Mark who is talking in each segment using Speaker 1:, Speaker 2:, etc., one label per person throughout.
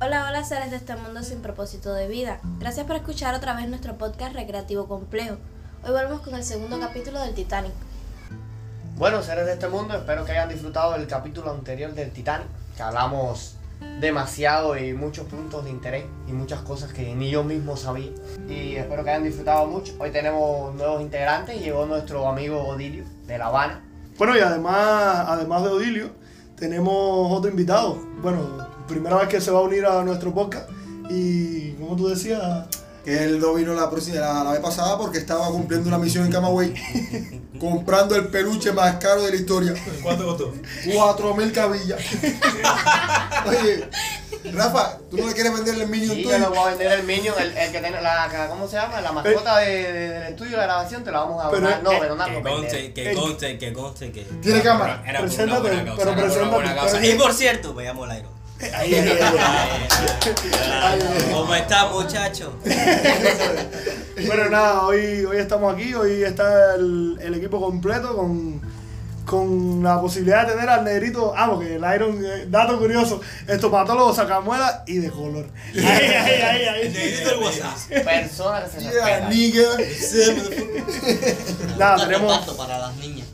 Speaker 1: Hola, hola seres de este mundo sin propósito de vida. Gracias por escuchar otra vez nuestro podcast Recreativo Complejo. Hoy volvemos con el segundo capítulo del Titanic.
Speaker 2: Bueno, seres de este mundo, espero que hayan disfrutado del capítulo anterior del Titanic, que hablamos demasiado y muchos puntos de interés y muchas cosas que ni yo mismo sabía. Y espero que hayan disfrutado mucho. Hoy tenemos nuevos integrantes, llegó nuestro amigo Odilio de La Habana.
Speaker 3: Bueno, y además, además de Odilio, tenemos otro invitado. Bueno, primera vez que se va a unir a nuestro podcast. Y como tú decías,
Speaker 4: que él no vino la, próxima, la, la vez pasada porque estaba cumpliendo una misión en Camagüey, comprando el peluche más caro de la historia,
Speaker 5: ¿Cuánto costó?
Speaker 4: 4000 cabillas. Oye, Rafa, ¿tú no le quieres vender el Minion
Speaker 2: Y yo le
Speaker 4: tuyo?
Speaker 2: voy a vender el Minion, el, el que tiene la, la- ¿cómo se llama? La mascota de- de- del estudio de la grabación, te la vamos a
Speaker 3: Pero-
Speaker 2: donar. No, pero
Speaker 6: eh,
Speaker 2: no,
Speaker 5: Que
Speaker 2: no, vender.
Speaker 5: conste, que
Speaker 3: El-
Speaker 5: conste, que conste que.
Speaker 4: Tiene cámara.
Speaker 5: Era por una
Speaker 3: Preséntate,
Speaker 5: buena causa.
Speaker 3: pero
Speaker 5: era por una buena
Speaker 3: preséntate,
Speaker 5: causa.
Speaker 3: pero-
Speaker 5: Y por cierto, me llamo Lairo.
Speaker 3: ahí es.
Speaker 5: ¿Cómo está, muchacho?
Speaker 3: Bueno, nada, hoy, hoy estamos aquí, hoy está el, el equipo completo con, con la posibilidad de tener al negrito, ah, porque el Iron, eh, dato curioso, estomatólogo, sacamuela y de color. Ahí, ahí, ahí,
Speaker 5: El
Speaker 3: ahí.
Speaker 5: negrito del WhatsApp.
Speaker 2: Persona que se
Speaker 4: Yeah,
Speaker 2: respeta.
Speaker 4: nigga.
Speaker 3: Nada, Ah, tenemos,
Speaker 7: Tanto para las niñas.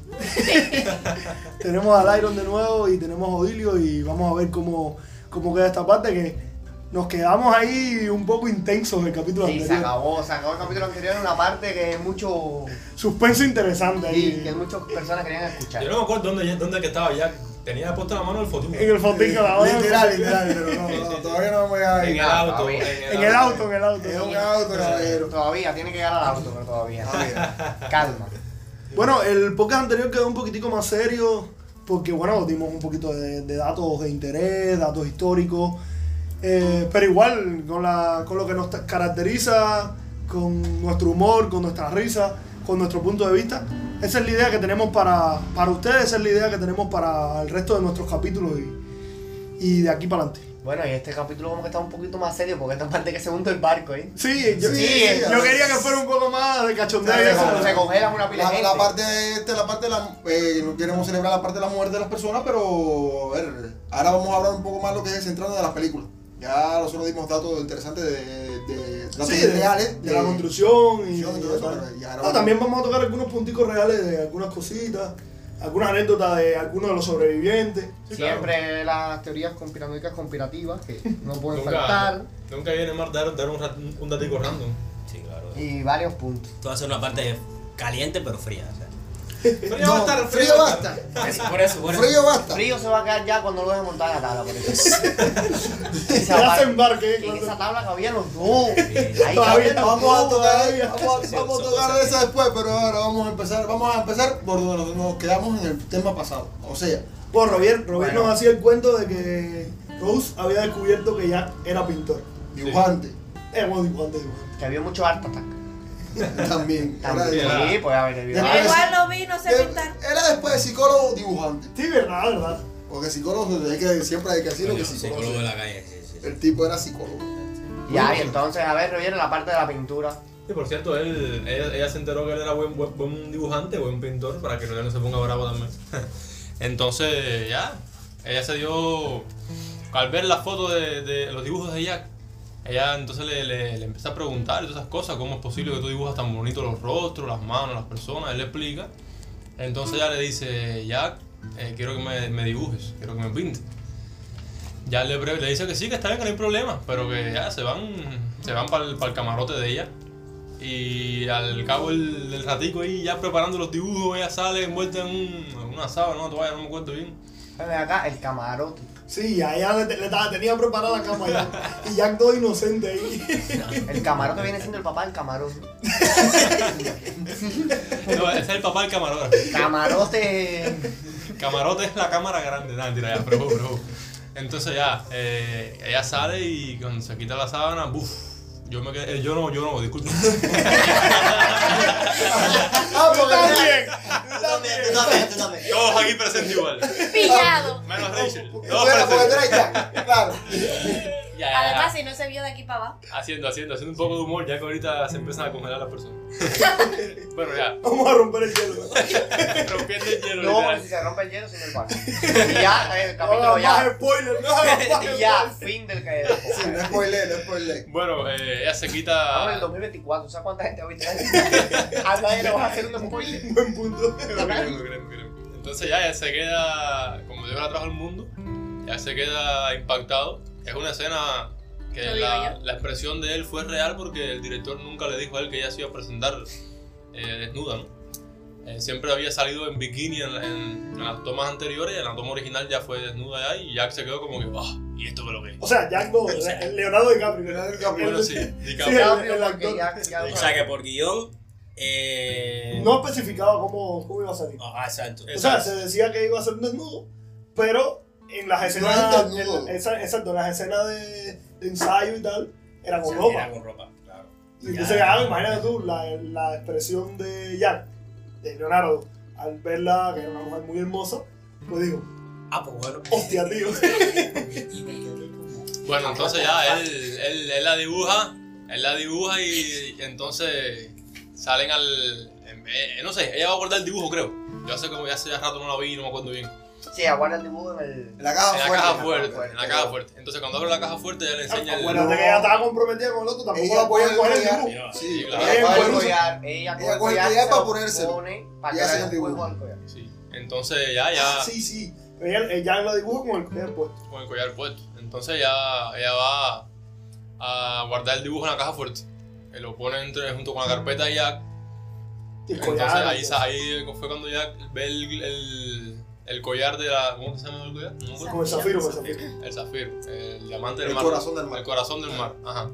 Speaker 3: tenemos al Iron de nuevo y tenemos a Odilio y vamos a ver cómo, cómo queda esta parte que nos quedamos ahí un poco intensos del capítulo
Speaker 2: Sí, se
Speaker 3: anterior.
Speaker 2: acabó, se acabó el capítulo anterior en una parte que mucho
Speaker 3: Suspenso interesante
Speaker 2: y que
Speaker 3: ahí.
Speaker 2: muchas personas querían escuchar.
Speaker 5: Yo no me acuerdo dónde, dónde que estaba ya. Tenía puesta la mano el fotín.
Speaker 3: En el fotín que la
Speaker 4: Literal, literal, pero no, no, todavía no vamos a llegar
Speaker 5: En
Speaker 4: ahí.
Speaker 5: el auto.
Speaker 2: Ah, todavía.
Speaker 3: En el auto, en el auto.
Speaker 4: Es un auto, caballero.
Speaker 2: Todavía, tiene que llegar al auto, pero todavía. todavía. Calma.
Speaker 3: Bueno, el podcast anterior quedó un poquitico más serio porque, bueno, dimos un poquito de, de datos de interés, datos históricos, eh, pero igual con, la, con lo que nos ta- caracteriza, con nuestro humor, con nuestra risa, con nuestro punto de vista. Esa es la idea que tenemos para, para ustedes, esa es la idea que tenemos para el resto de nuestros capítulos y, y de aquí para adelante.
Speaker 2: Bueno, y este capítulo como que está un poquito más serio porque esta parte que se hunde el barco, ¿eh?
Speaker 3: Sí, yo,
Speaker 4: Sí,
Speaker 3: yo quería que fuera un poco más de cachondeo.
Speaker 2: Se,
Speaker 3: y eso.
Speaker 2: se congela una pila de
Speaker 4: La,
Speaker 2: gente.
Speaker 4: la parte de este, la parte de la, eh, no queremos celebrar la parte de la muerte de las personas, pero a ver, ahora vamos a hablar un poco más lo que es centrando de las películas. Ya nosotros dimos datos interesantes de, de datos
Speaker 3: Sí, de,
Speaker 4: reales
Speaker 3: de la construcción y,
Speaker 4: ¿eh? y todo eso,
Speaker 3: tal.
Speaker 4: pero ya
Speaker 3: No,
Speaker 4: ahora-
Speaker 3: también vamos a tocar algunos punticos reales de algunas cositas, algunas anécdotas de algunos de los sobrevivientes.
Speaker 2: Siempre las teorías conspiranoicas conspirativas que no pueden
Speaker 5: Nunca,
Speaker 2: faltar.
Speaker 5: nunca viene mal dar, dar un, rat- un datico random. Sí, claro.
Speaker 2: Y varios puntos.
Speaker 6: Esto va a ser una parte caliente pero fría. o sea.
Speaker 5: Frío
Speaker 4: No,
Speaker 5: va a estar,
Speaker 4: frío
Speaker 5: va a estar.
Speaker 4: basta.
Speaker 6: Por eso, por eso.
Speaker 4: Frío basta.
Speaker 2: Frío se va a quedar ya cuando lo deje montar en la tabla, por eso.
Speaker 3: Ya
Speaker 2: Esa
Speaker 3: se
Speaker 2: parte-
Speaker 3: embarque,
Speaker 2: que en
Speaker 3: cuando-
Speaker 2: esa tabla cabían los dos. Ahí
Speaker 3: Todavía
Speaker 2: cabían los
Speaker 4: Vamos a
Speaker 2: dos.
Speaker 4: tocar,
Speaker 3: Todavía.
Speaker 4: vamos,
Speaker 6: Sí,
Speaker 4: vamos a
Speaker 6: son
Speaker 4: tocar
Speaker 6: cosas
Speaker 4: esa después, pero ahora vamos a empezar, vamos a empezar por donde nos- nos quedamos en el tema pasado. O sea,
Speaker 3: Bueno, Robier, Robier
Speaker 2: Bueno.
Speaker 3: nos hacía el cuento de que Rose había descubierto que Jack era pintor. Eh,
Speaker 4: dibujante
Speaker 3: Es muy dibujante, dibujante.
Speaker 2: Que había mucho art attack.
Speaker 4: también. Era
Speaker 2: También,
Speaker 4: de-
Speaker 2: sí, pues haber habido.
Speaker 4: Ah,
Speaker 1: Igual
Speaker 4: sí.
Speaker 1: lo vi, no sé pintar.
Speaker 4: Era después de psicólogo dibujante.
Speaker 3: Sí, verdad, verdad.
Speaker 4: Porque psicólogo hay que, siempre hay que decir lo que
Speaker 6: Coño,
Speaker 4: psicólogo.
Speaker 6: psicólogo de la calle. sí, sí, sí.
Speaker 4: El tipo era psicólogo.
Speaker 2: Ya, y entonces, a ver, reviene la parte de la pintura.
Speaker 5: Y por cierto, él, ella, ella se enteró que él era buen, buen, buen dibujante, buen pintor, para que no, no se ponga bravo también. Entonces, ya, ella se dio, al ver la foto de, de los dibujos de Jack, ella entonces le, le, le empieza a preguntar y todas esas cosas, cómo es posible que tú dibujas tan bonito los rostros, las manos, las personas, él le explica. Entonces ella le dice, Jack, eh, quiero que me, me dibujes, quiero que me pintes. Ya le, pre- le dice que sí, que está bien, que no hay problema, pero que ya se van, se van para el camarote de ella. Y al cabo el, del ratico ahí ya preparando los dibujos, ella sale envuelta en un, en una sábana, una toalla, no me acuerdo bien.
Speaker 2: Ven acá, el camarote.
Speaker 3: Sí, ya ella le, le estaba- tenía preparada la cama ya. Y Jack todo inocente ahí.
Speaker 2: El camarote viene siendo el papá del camarón.
Speaker 5: No, ese es el papá del camarógrafo.
Speaker 2: Camarote.
Speaker 5: Camarote es la cámara grande, nada, tira ya, pero, pero. Entonces ya, eh, ella sale y cuando se quita la sábana, buf, yo me quedé, eh, yo no, yo no, disculpe.
Speaker 4: Ah, porque
Speaker 7: Tú también, tú también.
Speaker 5: Todos aquí presentes igual.
Speaker 1: Pillado.
Speaker 5: Menos Rachel.
Speaker 4: porque
Speaker 5: Todos
Speaker 4: tú eras- porque tú
Speaker 5: presentes.
Speaker 4: eras ya, Claro.
Speaker 5: Ya, ya,
Speaker 1: Además,
Speaker 5: ya.
Speaker 1: si no se vio de aquí para abajo.
Speaker 5: Haciendo, haciendo, haciendo un poco de humor, ya que ahorita se empiezan a congelar las personas. bueno, ya,
Speaker 3: Vamos a romper el hielo.
Speaker 5: rompiendo el hielo.
Speaker 2: No,
Speaker 5: literal.
Speaker 2: porque si se rompe el hielo, se me el barco. Y ya, el
Speaker 3: No
Speaker 2: capítulo
Speaker 3: hagas más
Speaker 2: ya.
Speaker 3: spoiler, no hagas más
Speaker 2: Y ya,
Speaker 3: spoiler.
Speaker 2: fin del que.
Speaker 4: Sí, no spoiler, no spoiler.
Speaker 5: Bueno, eh, ella se
Speaker 2: Estamos en el
Speaker 5: quita.
Speaker 2: 2024, ¿sabes cuánta gente va a estar? A nadie le vas a hacer un spoiler.
Speaker 3: Buen punto.
Speaker 5: Entonces ya, ella se queda, como Dios la trajo al mundo, ya se queda impactado. Es una escena que
Speaker 1: Lo digo
Speaker 5: la, la expresión de él fue real porque el director nunca le dijo a él que ella se iba a presentar eh, desnuda, ¿no? Eh, siempre había salido en bikini en, la- en- en las tomas anteriores y en la toma original ya fue desnuda ya y Jack se quedó como que, ah, ¿y esto qué es lo que es?
Speaker 3: O sea, Jack no, Leonardo DiCaprio.
Speaker 4: Leonardo DiCaprio.
Speaker 5: Bueno, sí,
Speaker 3: Sí,
Speaker 5: DiCaprio.
Speaker 3: el- el
Speaker 2: porque
Speaker 3: actor.
Speaker 2: ya- ya-
Speaker 6: O sea que por guión. Eh...
Speaker 3: No especificaba cómo, cómo iba a salir.
Speaker 6: Ajá, Ah, exacto.
Speaker 3: O sea,
Speaker 5: Exacto.
Speaker 3: se decía que iba a ser un desnudo, pero en las escenas.
Speaker 4: es desnudo.
Speaker 3: en- esa- exacto, en las escenas de, de ensayo y tal, era con
Speaker 6: Era
Speaker 3: ropa.
Speaker 6: con ropa, claro.
Speaker 3: Entonces, ah, imagínate tú la, la expresión de Jack, de Leonardo, al verla, que era una mujer muy hermosa, pues digo,
Speaker 6: Ah, pues bueno.
Speaker 3: hostia, tío.
Speaker 7: Y me quedé como-
Speaker 5: Bueno, entonces ya él, él, él la dibuja, él la dibuja y, y entonces salen al. en vez- no sé, ella va a guardar el dibujo, creo. Yo hace como ya hace ya rato no la vi y no me acuerdo bien.
Speaker 2: Sí, aguarda el dibujo en el.
Speaker 4: En la caja
Speaker 5: En la
Speaker 4: fuerte.
Speaker 5: caja fuerte, en la caja fuerte. Entonces cuando abre la caja fuerte ya le enseña el.
Speaker 3: Acuérdate que ella estaba comprometida con el otro, tampoco
Speaker 4: Ella
Speaker 3: la podía
Speaker 4: puede
Speaker 3: coger el
Speaker 4: colgar.
Speaker 3: dibujo.
Speaker 6: Mira,
Speaker 4: Sí,
Speaker 5: Ella
Speaker 4: claro.
Speaker 2: coge el
Speaker 3: puede-
Speaker 2: collar, ella coge el collar
Speaker 4: para
Speaker 2: se lo
Speaker 4: ponérselo.
Speaker 2: pone Para
Speaker 4: Y
Speaker 2: que
Speaker 4: hace
Speaker 2: le
Speaker 4: el
Speaker 2: dé
Speaker 4: dibujo.
Speaker 2: juego al collar.
Speaker 5: Sí. Entonces ya, ya.
Speaker 3: Ah, sí, sí. Ella, ella lo dibujó con el collar puesto.
Speaker 5: Con el collar puesto. Entonces ya ella va a guardar el dibujo en la caja fuerte. Que lo pone entre, junto con la carpeta de Jack.
Speaker 3: Y el
Speaker 5: Entonces
Speaker 3: collar.
Speaker 4: pues.
Speaker 5: ahí, sa- ahí fue cuando Jack ve el, el, el collar de la. ¿Cómo que se llama el collar? No me acuerdo.
Speaker 3: Con el zafiro, con el zafiro.
Speaker 5: El zafiro, el diamante del
Speaker 4: El
Speaker 5: mar.
Speaker 4: corazón del mar. Ah.
Speaker 5: El corazón del mar, ajá.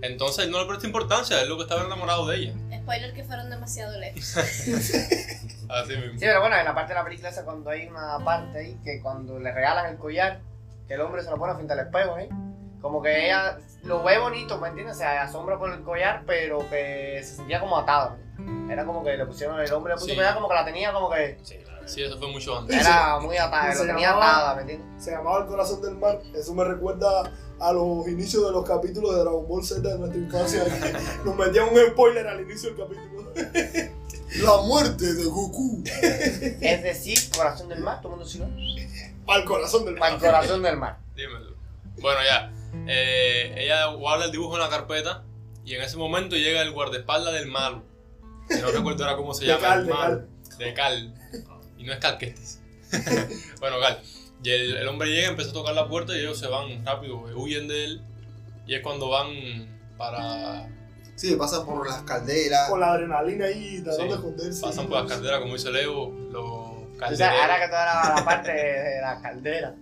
Speaker 5: Entonces él no le presta importancia, es lo que estaba enamorado de ella.
Speaker 1: Spoiler que fueron demasiado lejos.
Speaker 5: Así mismo.
Speaker 2: Sí, pero bueno, en la parte de la película esa cuando hay una parte ahí que cuando le regalan el collar, que el hombre se lo pone frente al espejo, ¿eh? Como que ella lo ve bonito, ¿me entiendes? Se asombra por el collar, pero que se sentía como atada. ¿no? Era como que le pusieron el hombre, le puso
Speaker 5: Sí.
Speaker 2: el collar como que la tenía como que
Speaker 6: Sí, claro.
Speaker 5: Sí, eso fue mucho antes.
Speaker 2: era muy atada,
Speaker 3: se
Speaker 2: lo tenía
Speaker 3: llamaba-
Speaker 2: atada, ¿me entiendes?
Speaker 3: Se llamaba El Corazón del Mar. Eso me recuerda a los inicios de los capítulos de Dragon Ball Z de nuestra infancia. que Nos metían un spoiler al inicio del capítulo.
Speaker 4: La muerte de Goku.
Speaker 2: Es decir, corazón del mar, todo el mundo sigue.
Speaker 3: Al Corazón del
Speaker 2: Para el
Speaker 3: Mar.
Speaker 2: corazón del mar.
Speaker 5: Dímelo. Bueno, ya. Eh, ella guarda el dibujo en la carpeta y en ese momento llega el guardaespaldas del malo. Que no recuerdo ahora cómo se
Speaker 3: De
Speaker 5: llama.
Speaker 3: cal,
Speaker 5: el
Speaker 3: de
Speaker 5: malo. De cal. Y no es calquetes. bueno, cal. Y el, el hombre llega, empieza a tocar la puerta y ellos se van rápido, eh, huyen de él. Y es cuando van para.
Speaker 4: Sí, pasan por las calderas.
Speaker 3: Con la adrenalina ahí, tratando de esconderse.
Speaker 5: Pasan por las calderas, como dice Leo, los
Speaker 2: O sea, ahora
Speaker 5: calderos.
Speaker 2: que toda la, la parte de, de la caldera.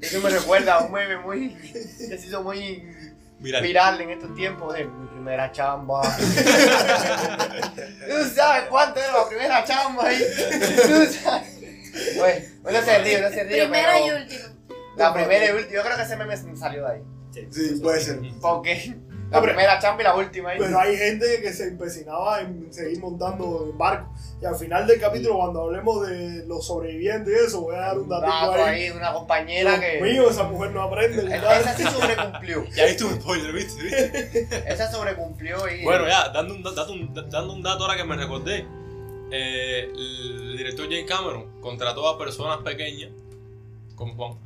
Speaker 2: Eso me recuerda a un meme muy. que se hizo muy
Speaker 5: Mira,
Speaker 2: viral en estos tiempos de mi primera chamba. ¿Tú sabes cuánto era la primera chamba ahí? ¿Tú sabes? Bueno, no se ríe, no se ríe.
Speaker 1: Primera
Speaker 2: pero
Speaker 1: y última.
Speaker 2: La primera y última. Yo creo que ese meme me salió de ahí.
Speaker 4: Sí, puede ser.
Speaker 2: Porque la primera chamba y la última ahí.
Speaker 3: Pero hay gente que se empecinaba en seguir montando en barco. Y al final del capítulo, cuando hablemos de los sobrevivientes y eso, voy a dar un
Speaker 2: Un
Speaker 3: dato
Speaker 2: dato
Speaker 3: ahí.
Speaker 2: ahí de una compañera
Speaker 3: Dios
Speaker 2: que.
Speaker 3: mío, esa mujer no aprende.
Speaker 2: Esa
Speaker 3: ¿verdad?
Speaker 2: sí sobrecumplió.
Speaker 5: ya viste un spoiler, ¿viste? ¿Viste?
Speaker 2: Esa sobrecumplió y.
Speaker 5: Bueno, ya, dando un, da- dato- un- da- dando un dato ahora que me recordé. eh, el director James Cameron contrató a personas pequeñas, como Juan,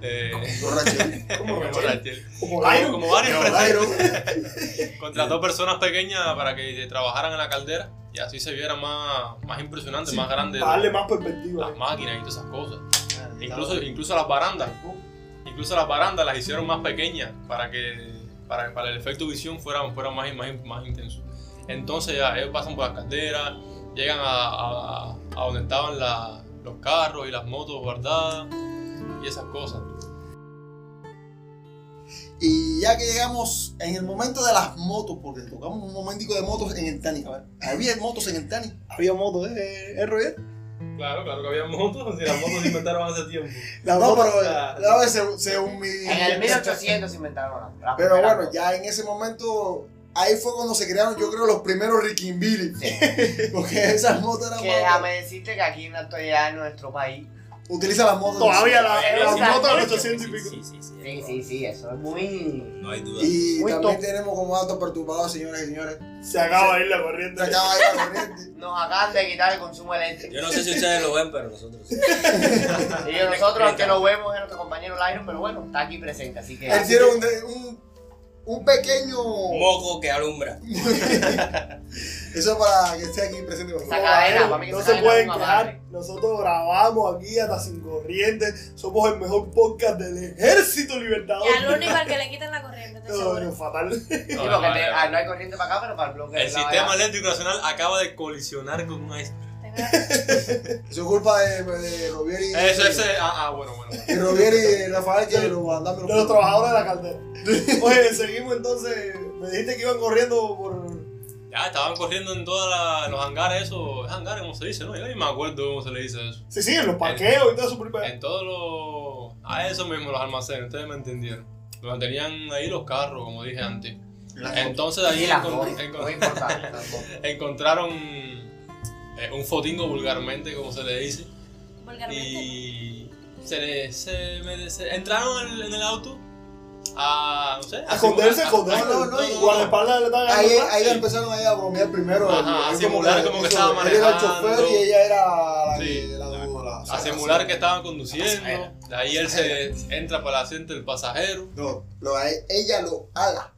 Speaker 5: eh,
Speaker 4: Borracho.
Speaker 3: Como
Speaker 5: como
Speaker 3: Rachel,
Speaker 5: Rachel,
Speaker 3: Como
Speaker 5: como,
Speaker 3: Iron.
Speaker 5: como varias
Speaker 4: Pero,
Speaker 5: personas.
Speaker 4: Byron,
Speaker 5: Contrató personas pequeñas para que trabajaran en la caldera y así se viera más, más impresionante, más grande
Speaker 3: Para darle más perspectiva.
Speaker 5: las máquinas y todas esas cosas.
Speaker 2: Ah,
Speaker 5: Incluso, incluso las barandas. Incluso las barandas las hicieron más pequeñas para que para, para el efecto visión fuera, fuera más, más, más intenso. Entonces ya ellos pasan por las calderas, llegan a, a- a donde estaban la- los carros y las motos guardadas y esas cosas.
Speaker 4: Y ya que llegamos en el momento de las motos, porque tocamos un momentico de motos en el Titanic. A ver, había motos en el Titanic.
Speaker 3: Había moto, ¿eh? ¿Eh, Roger?
Speaker 5: Claro, claro que había motos, si las motos se inventaron hace tiempo.
Speaker 3: La
Speaker 4: No,
Speaker 3: moto-
Speaker 4: pero
Speaker 5: ah.
Speaker 4: a ver, se- según mi.
Speaker 2: En el 1800 se inventaron la. la
Speaker 4: Pero
Speaker 2: primera
Speaker 4: bueno, ya en ese momento, ahí fue cuando se crearon, yo creo, los primeros Rickinbilly.
Speaker 2: Sí.
Speaker 4: Porque esas motos eran
Speaker 2: Que
Speaker 4: más-
Speaker 2: déjame decirte que aquí en la actualidad en nuestro país
Speaker 4: Utiliza la moto.
Speaker 3: Todavía la,
Speaker 1: Exacto.
Speaker 3: la moto de
Speaker 1: Sí,
Speaker 3: 800 y pico.
Speaker 6: Sí, sí, sí.
Speaker 2: Sí, sí, sí, eso es muy.
Speaker 6: No hay duda.
Speaker 4: Y
Speaker 2: Muy
Speaker 4: también
Speaker 2: top.
Speaker 4: tenemos como datos perturbados, señores y señores.
Speaker 3: Se acaba de ir la corriente.
Speaker 4: Se acaba de ir la corriente.
Speaker 2: Nos acaban de quitar el consumo eléctrico.
Speaker 6: Yo no sé si ustedes lo ven, pero nosotros sí.
Speaker 2: Y nosotros, aunque lo vemos, es nuestro compañero Lyron, pero bueno, está aquí presente, así que.
Speaker 4: Él tiene un, de- un, un pequeño.
Speaker 6: Moco que alumbra.
Speaker 4: Eso para que esté aquí presente con
Speaker 2: Esa
Speaker 4: nosotros.
Speaker 2: cadena, para mí que
Speaker 3: no
Speaker 2: esa
Speaker 3: se
Speaker 2: cadena
Speaker 3: pueden
Speaker 2: es un
Speaker 3: quejar.
Speaker 2: amarre.
Speaker 3: Nosotros grabamos aquí hasta sin corriente. Somos el mejor podcast del ejército libertador.
Speaker 1: Y al único al que le quitan la corriente, estoy
Speaker 3: No, no,
Speaker 1: seguro.
Speaker 3: fatal.
Speaker 2: Sí, porque te- ah, no hay corriente para acá, pero para el bloque.
Speaker 5: El
Speaker 2: del lado
Speaker 5: sistema
Speaker 2: de allá.
Speaker 5: eléctrico nacional acaba de colisionar con un iceberg.
Speaker 1: Tengo la-
Speaker 4: Eso es culpa de, pues, de Robier y.
Speaker 5: Eso, ese. Ah, ah, bueno, bueno. bueno.
Speaker 4: Y Robier y Rafael que lo andamos.
Speaker 3: De los trabajadores de la caldera. Oye, seguimos entonces. Me dijiste que iban corriendo por.
Speaker 5: Ya, estaban corriendo en todos los hangares, eso. Es hangar, ¿cómo se dice? No, yo ni me acuerdo cómo se le dice eso.
Speaker 3: Sí, sí, en los parqueos y todo eso. por ahí para allá.
Speaker 5: En todos los. A eso mismo, los almacenes, ustedes me entendieron. Los tenían ahí los carros, como dije antes. Entonces ahí
Speaker 2: Sí, las
Speaker 5: encon-
Speaker 2: voy,
Speaker 5: encon-
Speaker 2: muy importante. las voy.
Speaker 5: encontraron eh, un fotingo vulgarmente, como se le dice.
Speaker 1: Vulgarmente.
Speaker 5: Y se, le- se, me- se- entraron en el, en el auto a, no sé,
Speaker 3: A esconderse, a
Speaker 5: simular-
Speaker 3: esconderse.
Speaker 4: no, no, y-
Speaker 3: Guardaespaldas le están
Speaker 4: Ahí,
Speaker 3: agarrando atrás.
Speaker 4: ahí empezaron ahí a bromear primero.
Speaker 5: Ajá,
Speaker 4: Él
Speaker 5: a simular como que estaba
Speaker 4: Él era el
Speaker 5: manejando.
Speaker 4: chofer y ella era la,
Speaker 5: Sí.
Speaker 4: la, la-
Speaker 5: a simular que estaban conduciendo. De ahí él se entra para el asiento del pasajero.
Speaker 4: No, lo, a- ella lo ala.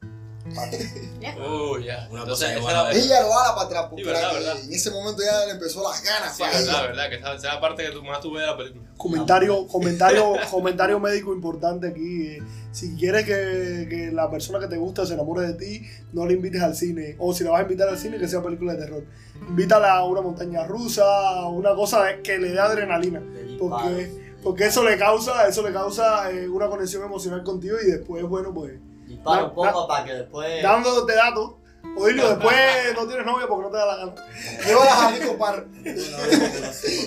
Speaker 5: Oh, ya.
Speaker 6: Una
Speaker 5: Entonces,
Speaker 6: cosa
Speaker 5: esa
Speaker 6: llevaba
Speaker 5: era-
Speaker 6: a la
Speaker 4: Ella lo ala para atrás. porque
Speaker 5: Sí, verdad,
Speaker 4: la-
Speaker 5: verdad.
Speaker 4: En ese momento ya le empezó las ganas.
Speaker 5: Sí,
Speaker 4: para ella.
Speaker 5: verdad, verdad, que esa esa es la parte que tú más tuve de la película.
Speaker 3: Comentario, comentario, comentario médico importante aquí. eh, Si quieres que, que la persona que te gusta se enamore de ti, no le invites al cine. O si la vas a invitar al cine, que sea película de terror. Invítala a una montaña rusa, a una cosa de- que le dé adrenalina. Porque, porque eso le causa, eso le causa eh, una conexión emocional contigo y después, bueno, pues,
Speaker 8: Dispara
Speaker 3: Da-
Speaker 8: un poco para que después.
Speaker 3: dándote datos. Oílo, después no tienes novia porque no te da la gana.
Speaker 4: Llévalas a Rico Par.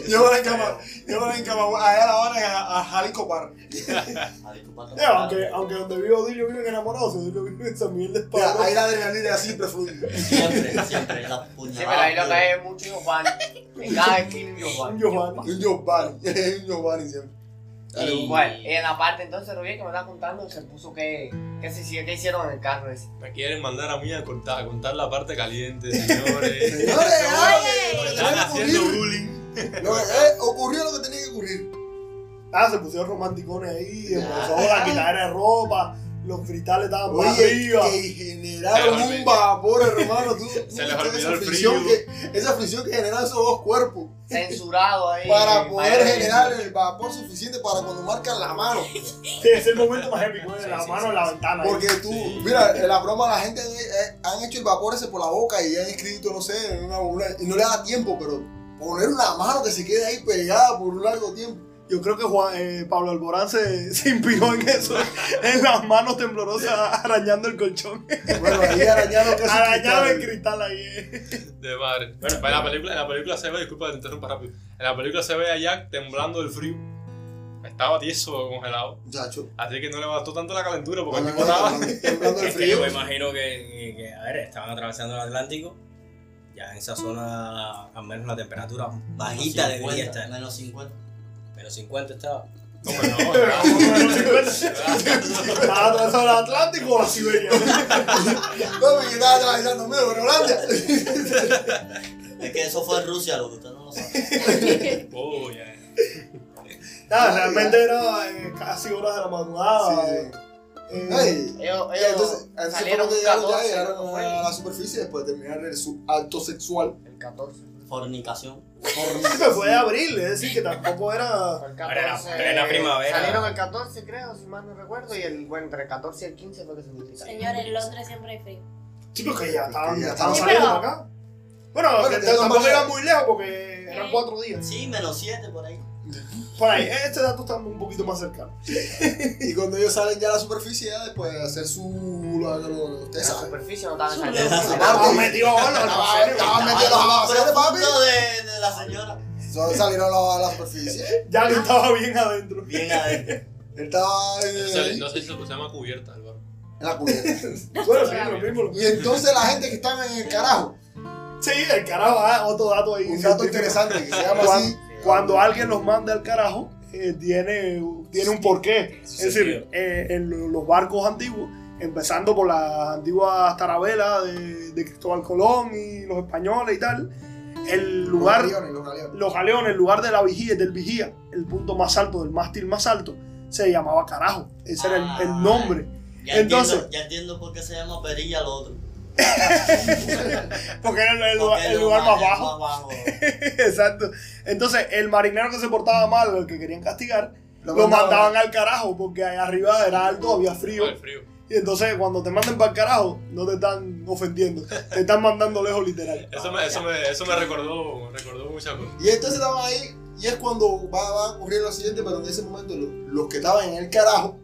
Speaker 4: Llévalas en cama.
Speaker 8: Pero,
Speaker 4: Llévalas en cama. Allá la van a, a Jalisco Par.
Speaker 8: a disculpar
Speaker 3: Eh, aunque, aunque donde vive Odilio vive enamorados, Odilio vive en San Miguel de
Speaker 4: Mira,
Speaker 3: Esparta.
Speaker 4: ahí la adrenalina siempre fluye.
Speaker 8: Siempre, siempre. La
Speaker 2: Sí, pero ahí lo que
Speaker 8: puñalada.
Speaker 2: hay es mucho Giovanni. En cada esquina un
Speaker 3: Un
Speaker 2: Giovanni.
Speaker 3: Giovanni.
Speaker 4: Un Giovanni. Un Giovanni siempre.
Speaker 8: Y-
Speaker 2: Bueno, y en la parte entonces, Rubén, que me estás contando, se puso que. ¿Qué se hicieron- qué hicieron en el carro ese?
Speaker 5: Me quieren mandar a mí a contar, a contar la parte caliente, señores.
Speaker 4: Señores, ah,
Speaker 1: Oye.
Speaker 4: lo que
Speaker 5: Están
Speaker 4: tenía que
Speaker 5: haciendo
Speaker 4: ocurrir.
Speaker 5: bullying.
Speaker 4: Lo que- eh, Ocurrió lo que tenía que ocurrir.
Speaker 3: Ah, se pusieron romanticones ahí, empezó la quitadera de ropa, los cristales estaban para
Speaker 4: Oye,
Speaker 3: arriba.
Speaker 4: que generaron
Speaker 5: Se les olvidó.
Speaker 4: un vapor, hermano. Tú,
Speaker 5: Se les olvidó
Speaker 4: esa
Speaker 5: el
Speaker 4: fricción
Speaker 5: frío.
Speaker 4: Que, esa fricción que generaron esos dos cuerpos
Speaker 2: Censurado ahí.
Speaker 4: para poder
Speaker 2: Ahí.
Speaker 4: generar el vapor suficiente para cuando marcan la mano.
Speaker 3: Sí, es el momento más épico, de la
Speaker 6: Sí, sí,
Speaker 3: mano
Speaker 6: sí,
Speaker 3: en la
Speaker 6: sí.
Speaker 3: ventana. ahí.
Speaker 4: Porque tú, mira, en la broma la gente eh, han hecho el vapor ese por la boca y han escrito, no sé, en una una- y no le da tiempo, pero poner una mano que se quede ahí pegada por un largo tiempo.
Speaker 3: Yo creo que Juan, eh, Pablo Alborán se, se inspiró en eso, en las manos temblorosas arañando el colchón.
Speaker 4: Bueno, ahí arañaron casi
Speaker 3: Arañaba el
Speaker 4: cristal.
Speaker 3: cristal ahí. eh.
Speaker 5: De madre. Bueno, en la película, en la película se ve, disculpa que te interrumpa rápido. En la película se ve a Jack temblando del frío. Estaba tieso, congelado.
Speaker 4: Muchacho,
Speaker 5: Así que no le bastó tanto la calentura porque el
Speaker 4: cuando
Speaker 5: tipo estaba.
Speaker 4: temblando el
Speaker 6: Es que yo
Speaker 4: frío.
Speaker 6: me imagino que, que, a ver, estaban atravesando el Atlántico. Ya en esa zona, al menos la temperatura bajita debería estar.
Speaker 8: Menos 50.
Speaker 6: Menos 50 estaba.
Speaker 5: No, pero no, no,
Speaker 3: Estaba atravesado el Atlántico o la Siberia.
Speaker 4: No, me estaba atravesando medio Groenlandia.
Speaker 8: Es que eso fue en Rusia, lo que usted no lo sabe.
Speaker 5: Oh, ya.
Speaker 3: Nada, realmente era eh, casi horas de la madrugada.
Speaker 4: Sí,
Speaker 3: eh,
Speaker 4: sí.
Speaker 3: eh,
Speaker 4: Ay,
Speaker 2: Ellos,
Speaker 4: y
Speaker 2: ellos
Speaker 4: entonces, entonces
Speaker 2: salieron
Speaker 4: fue
Speaker 2: un
Speaker 4: que llegaron
Speaker 2: 14,
Speaker 4: ya, llegaron
Speaker 2: ¿no
Speaker 4: a
Speaker 2: fue?
Speaker 4: la superficie después de terminar el- su acto sexual.
Speaker 2: El 14.
Speaker 8: Fornicación.
Speaker 3: que pues fue de abril, es decir, que tampoco era.
Speaker 2: Fue el
Speaker 6: Ahora era
Speaker 2: 14,
Speaker 6: plena primavera.
Speaker 2: Salieron el 14, creo, si mal no recuerdo. Y el, bueno, entre el 14 y el 15 fue que se multiplicaron.
Speaker 1: Señores, en Londres siempre hay frío.
Speaker 3: Chicos, que ya estaban,
Speaker 4: Que ya
Speaker 3: estaban
Speaker 4: estaban
Speaker 3: saliendo
Speaker 1: saliendo.
Speaker 3: para acá. Bueno,
Speaker 4: Bueno,
Speaker 3: que
Speaker 4: de todas
Speaker 3: tampoco
Speaker 4: maneras-
Speaker 3: era muy lejos porque eran
Speaker 1: Eh.
Speaker 3: cuatro días.
Speaker 8: Sí, menos 7 por ahí.
Speaker 3: Por ahí, este dato está un poquito más cercano.
Speaker 4: Y cuando ellos salen ya a la superficie, ya después de hacer su. Lo, lo, lo-
Speaker 2: En
Speaker 4: ustedes
Speaker 2: la
Speaker 4: saben.
Speaker 2: superficie no estaban
Speaker 8: Esa
Speaker 2: saliendo.
Speaker 8: sí.
Speaker 3: Estaba metido ahora,
Speaker 4: Ah, Estaba- estaba
Speaker 8: Estaba
Speaker 4: metido
Speaker 8: lo
Speaker 4: los
Speaker 8: más
Speaker 4: avances, papi.
Speaker 8: Ah, profundo de, de la señora.
Speaker 4: So- Salieron a la, a la superficie.
Speaker 3: Ya le estaba bien adentro.
Speaker 8: Bien adentro.
Speaker 4: Él estaba eh,
Speaker 5: No
Speaker 4: ahí,
Speaker 5: sé, no sé si se se llama cubierta, Álvaro.
Speaker 4: en la cubierta.
Speaker 3: Bueno, sí, lo mismo. lo mismo.
Speaker 4: Y entonces la gente que estaba en el carajo.
Speaker 3: Sí, el carajo, ah, otro dato ahí.
Speaker 4: Un dato interesante que se llama
Speaker 3: Pues Cuando,
Speaker 4: así.
Speaker 3: cuando alguien los manda al carajo, eh, tiene, tiene un porqué.
Speaker 6: tiene
Speaker 3: Es
Speaker 6: su
Speaker 3: decir,
Speaker 6: sentido.
Speaker 3: eh, en lo- los barcos antiguos, empezando por las antiguas tarabelas de, de Cristóbal Colón y los españoles y tal, el lugar
Speaker 4: Los galeones, los galeones.
Speaker 3: los galeones, el lugar de la vigía, del vigía, el punto más alto, del mástil más alto, se llamaba carajo. Ese era el, el nombre.
Speaker 8: Ya,
Speaker 3: Entonces-
Speaker 8: entiendo, ya entiendo por qué se llama perilla lo otro.
Speaker 3: Porque era el, el
Speaker 8: Porque
Speaker 3: lugar,
Speaker 8: es
Speaker 3: el lugar más
Speaker 8: es
Speaker 3: bajo. Exacto. Entonces, el marinero que se portaba mal, el que querían castigar, lo, mandaban al carajo porque ahí arriba era alto, había frío.
Speaker 5: Por el frío.
Speaker 3: Y entonces, cuando te manden para el carajo, no te están ofendiendo, te están mandando lejos literal.
Speaker 5: Eso me, eso me, eso me recordó, recordó muchas cosas.
Speaker 4: Y entonces estaban ahí, y es cuando va, va a ocurrir lo siguiente, pero en ese momento lo- los, que estaban en el carajo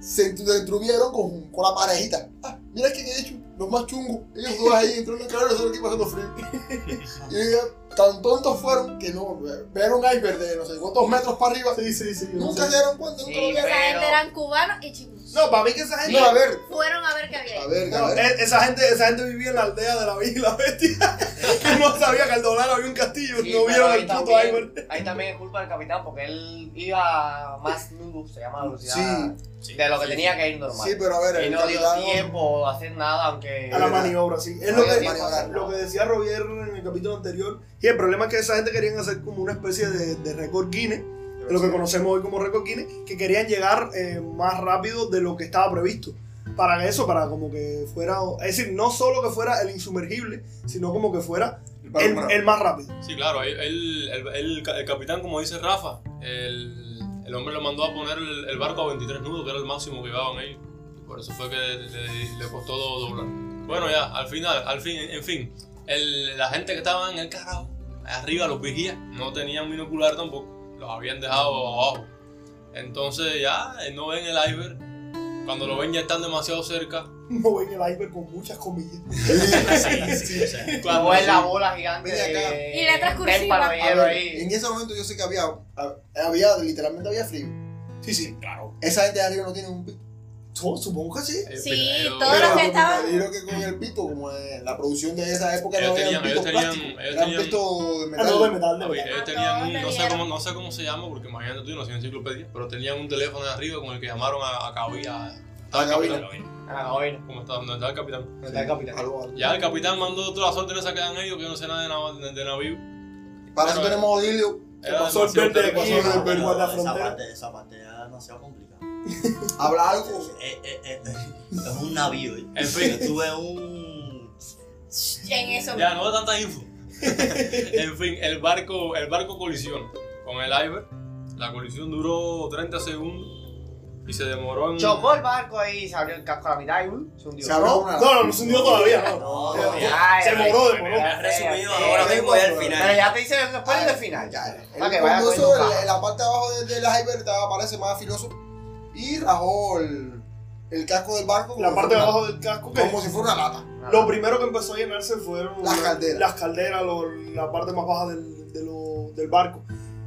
Speaker 4: se entru- entruvieron con, con la parejita. Ah, mira que he hecho, los más chungos, ellos dos ahí entrando en el carajo y nosotros aquí pasando frío. y yo digo, tan tontos fueron que no, ve- vieron un iceberg de no sé cuántos metros para arriba.
Speaker 3: Sí, sí, sí. yo no
Speaker 4: Nunca
Speaker 3: sé.
Speaker 4: se dieron cuenta, nunca
Speaker 2: Sí,
Speaker 4: lo
Speaker 1: Y esa
Speaker 4: vieron.
Speaker 2: pero-
Speaker 1: gente eran cubanos y chicos.
Speaker 3: No, para mí que esa gente.
Speaker 4: No, a ver,
Speaker 1: Fueron a ver qué había.
Speaker 4: a
Speaker 1: ahí.
Speaker 4: ver, a
Speaker 3: No,
Speaker 4: ver.
Speaker 3: e- esa gente, esa gente vivía en la aldea de la Villa y la Bestia. no sabía que al doblar había un
Speaker 4: Ah,
Speaker 3: castillo.
Speaker 2: Sí,
Speaker 3: no
Speaker 2: pero
Speaker 3: vieron
Speaker 2: ahí
Speaker 3: el puto
Speaker 2: también-
Speaker 3: iceberg.
Speaker 2: Ahí también es culpa del capitán porque él iba más nudo, se llama velocidad.
Speaker 4: Sí,
Speaker 2: de lo que tenía que ir normal.
Speaker 4: Sí, pero a ver,
Speaker 2: y
Speaker 4: el
Speaker 2: no dio
Speaker 4: capitán-
Speaker 2: tiempo a hacer nada, aunque.
Speaker 3: A la maniobra, sí. Es
Speaker 4: No
Speaker 3: lo
Speaker 4: había
Speaker 3: que,
Speaker 4: tiempo de hacer
Speaker 3: lo
Speaker 4: nada.
Speaker 3: que decía Robier en el capítulo anterior. Y el problema es que esa gente querían hacer como una especie de, de récord Guinness, de lo que conocemos hoy como récord Guinness, que querían llegar eh, más rápido de lo que estaba previsto. Para eso, para como que fuera. Es decir, no solo que fuera el insumergible, sino como que fuera el, el más rápido.
Speaker 5: Sí, claro, él- él- el, el ca- el capitán, como dice Rafa, el, el hombre lo mandó a poner el, el barco a 23 nudos, que era el máximo que llevaban ellos. Por eso fue que le, le costó do- doblar. Bueno, ya, al final, al fin, en fin, el- la gente que estaba en el carajo, arriba, los vigías, no tenían binocular tampoco, los habían dejado abajo. Entonces ya eh, no ven el iceberg, cuando lo ven ya están demasiado cerca.
Speaker 3: No ven el iceberg con muchas comillas.
Speaker 6: Sí, sí, o sea,
Speaker 2: Como es la bola gigante
Speaker 4: Ven acá.
Speaker 2: de.
Speaker 1: Y letras
Speaker 2: un témpano de
Speaker 4: A
Speaker 2: hielo
Speaker 4: ver,
Speaker 2: ahí.
Speaker 4: En ese momento yo sé que había, ha- había literalmente había frío.
Speaker 3: Sí, sí.
Speaker 4: Esa gente de arriba no tiene un pito.
Speaker 3: Su- Supongo que sí.
Speaker 5: Eh,
Speaker 1: Sí,
Speaker 5: pero-
Speaker 1: todos los que estaban-
Speaker 4: Yo creo que con el pito, como en la producción de esa época
Speaker 5: Ellos
Speaker 4: no había
Speaker 5: tenían-
Speaker 4: un pito
Speaker 5: ellos tenían-
Speaker 4: plástico,
Speaker 5: ellos
Speaker 4: era un
Speaker 5: tenían-
Speaker 4: pito de metal.
Speaker 3: Ah, no, de metal, de
Speaker 5: Oye,
Speaker 3: metal.
Speaker 5: ellos
Speaker 1: Ah,
Speaker 5: Eh, tenían
Speaker 1: todos
Speaker 5: un- no, sé
Speaker 1: tenían.
Speaker 5: cómo, no sé cómo se llama, porque imagínate tú, yo no soy enciclopedia, pero tenían un teléfono de arriba con el que llamaron a, a
Speaker 4: Ah,
Speaker 5: cabina. Estaba
Speaker 4: A
Speaker 5: el
Speaker 4: cabina.
Speaker 5: capitán.
Speaker 2: A la cabina.
Speaker 5: ¿Cómo estaba? ¿Dónde estaba el capitán?
Speaker 2: Donde está el capitán.
Speaker 4: Algo, algo.
Speaker 5: Ya el capitán mandó todas las órdenes a que hagan ellos, que yo no sé nada de, nav- de, de navío.
Speaker 4: Para eso
Speaker 5: Pero-
Speaker 4: tenemos a Odilio.
Speaker 5: Era
Speaker 3: pasó el
Speaker 5: demasiado
Speaker 3: verde
Speaker 5: tele-
Speaker 3: aquí,
Speaker 5: pasó el
Speaker 3: ¿no?
Speaker 5: verde.
Speaker 3: Guarda
Speaker 8: esa
Speaker 3: frontera.
Speaker 8: parte, esa parte era demasiado complicada.
Speaker 4: Habla algo.
Speaker 8: Eh, eh, eh, eh, es un navío. eh.
Speaker 5: En fin.
Speaker 8: Yo tuve un.
Speaker 1: En eso.
Speaker 5: Ya, no da tanta info. en fin, el barco, el barco colisiona con el iceberg. La colisión duró 30 segundos y se demoró en...
Speaker 2: Chocó el barco ahí, se abrió el casco a la mitad y uh, se hundió.
Speaker 4: Se abrió una.
Speaker 3: No, no, no se hundió todavía, no.
Speaker 8: No,
Speaker 2: Ay,
Speaker 8: no,
Speaker 2: ay,
Speaker 3: Se
Speaker 2: ay,
Speaker 3: moró,
Speaker 2: ay,
Speaker 3: demoró.
Speaker 2: ay,
Speaker 6: Resumido,
Speaker 2: ay,
Speaker 6: ahora
Speaker 2: ay,
Speaker 6: mismo es el
Speaker 2: ay,
Speaker 6: final.
Speaker 2: Pero ya te hice el spoiler
Speaker 4: Ah,
Speaker 2: del final.
Speaker 4: Ya,
Speaker 2: Para
Speaker 4: el
Speaker 2: que vaya
Speaker 4: condoso,
Speaker 2: cogiendo
Speaker 4: en
Speaker 2: caja.
Speaker 4: la parte de abajo de- del iceberg te aparece más filoso. Y rajó el, el casco del barco. como
Speaker 3: La
Speaker 4: si
Speaker 3: parte de
Speaker 4: fuera-
Speaker 3: abajo del casco que
Speaker 4: Como si fuera una lata.
Speaker 3: lo primero que empezó a llenarse fueron
Speaker 4: Ah. Las calderas.
Speaker 3: las calderas, lo- la parte más baja del, de lo- del barco.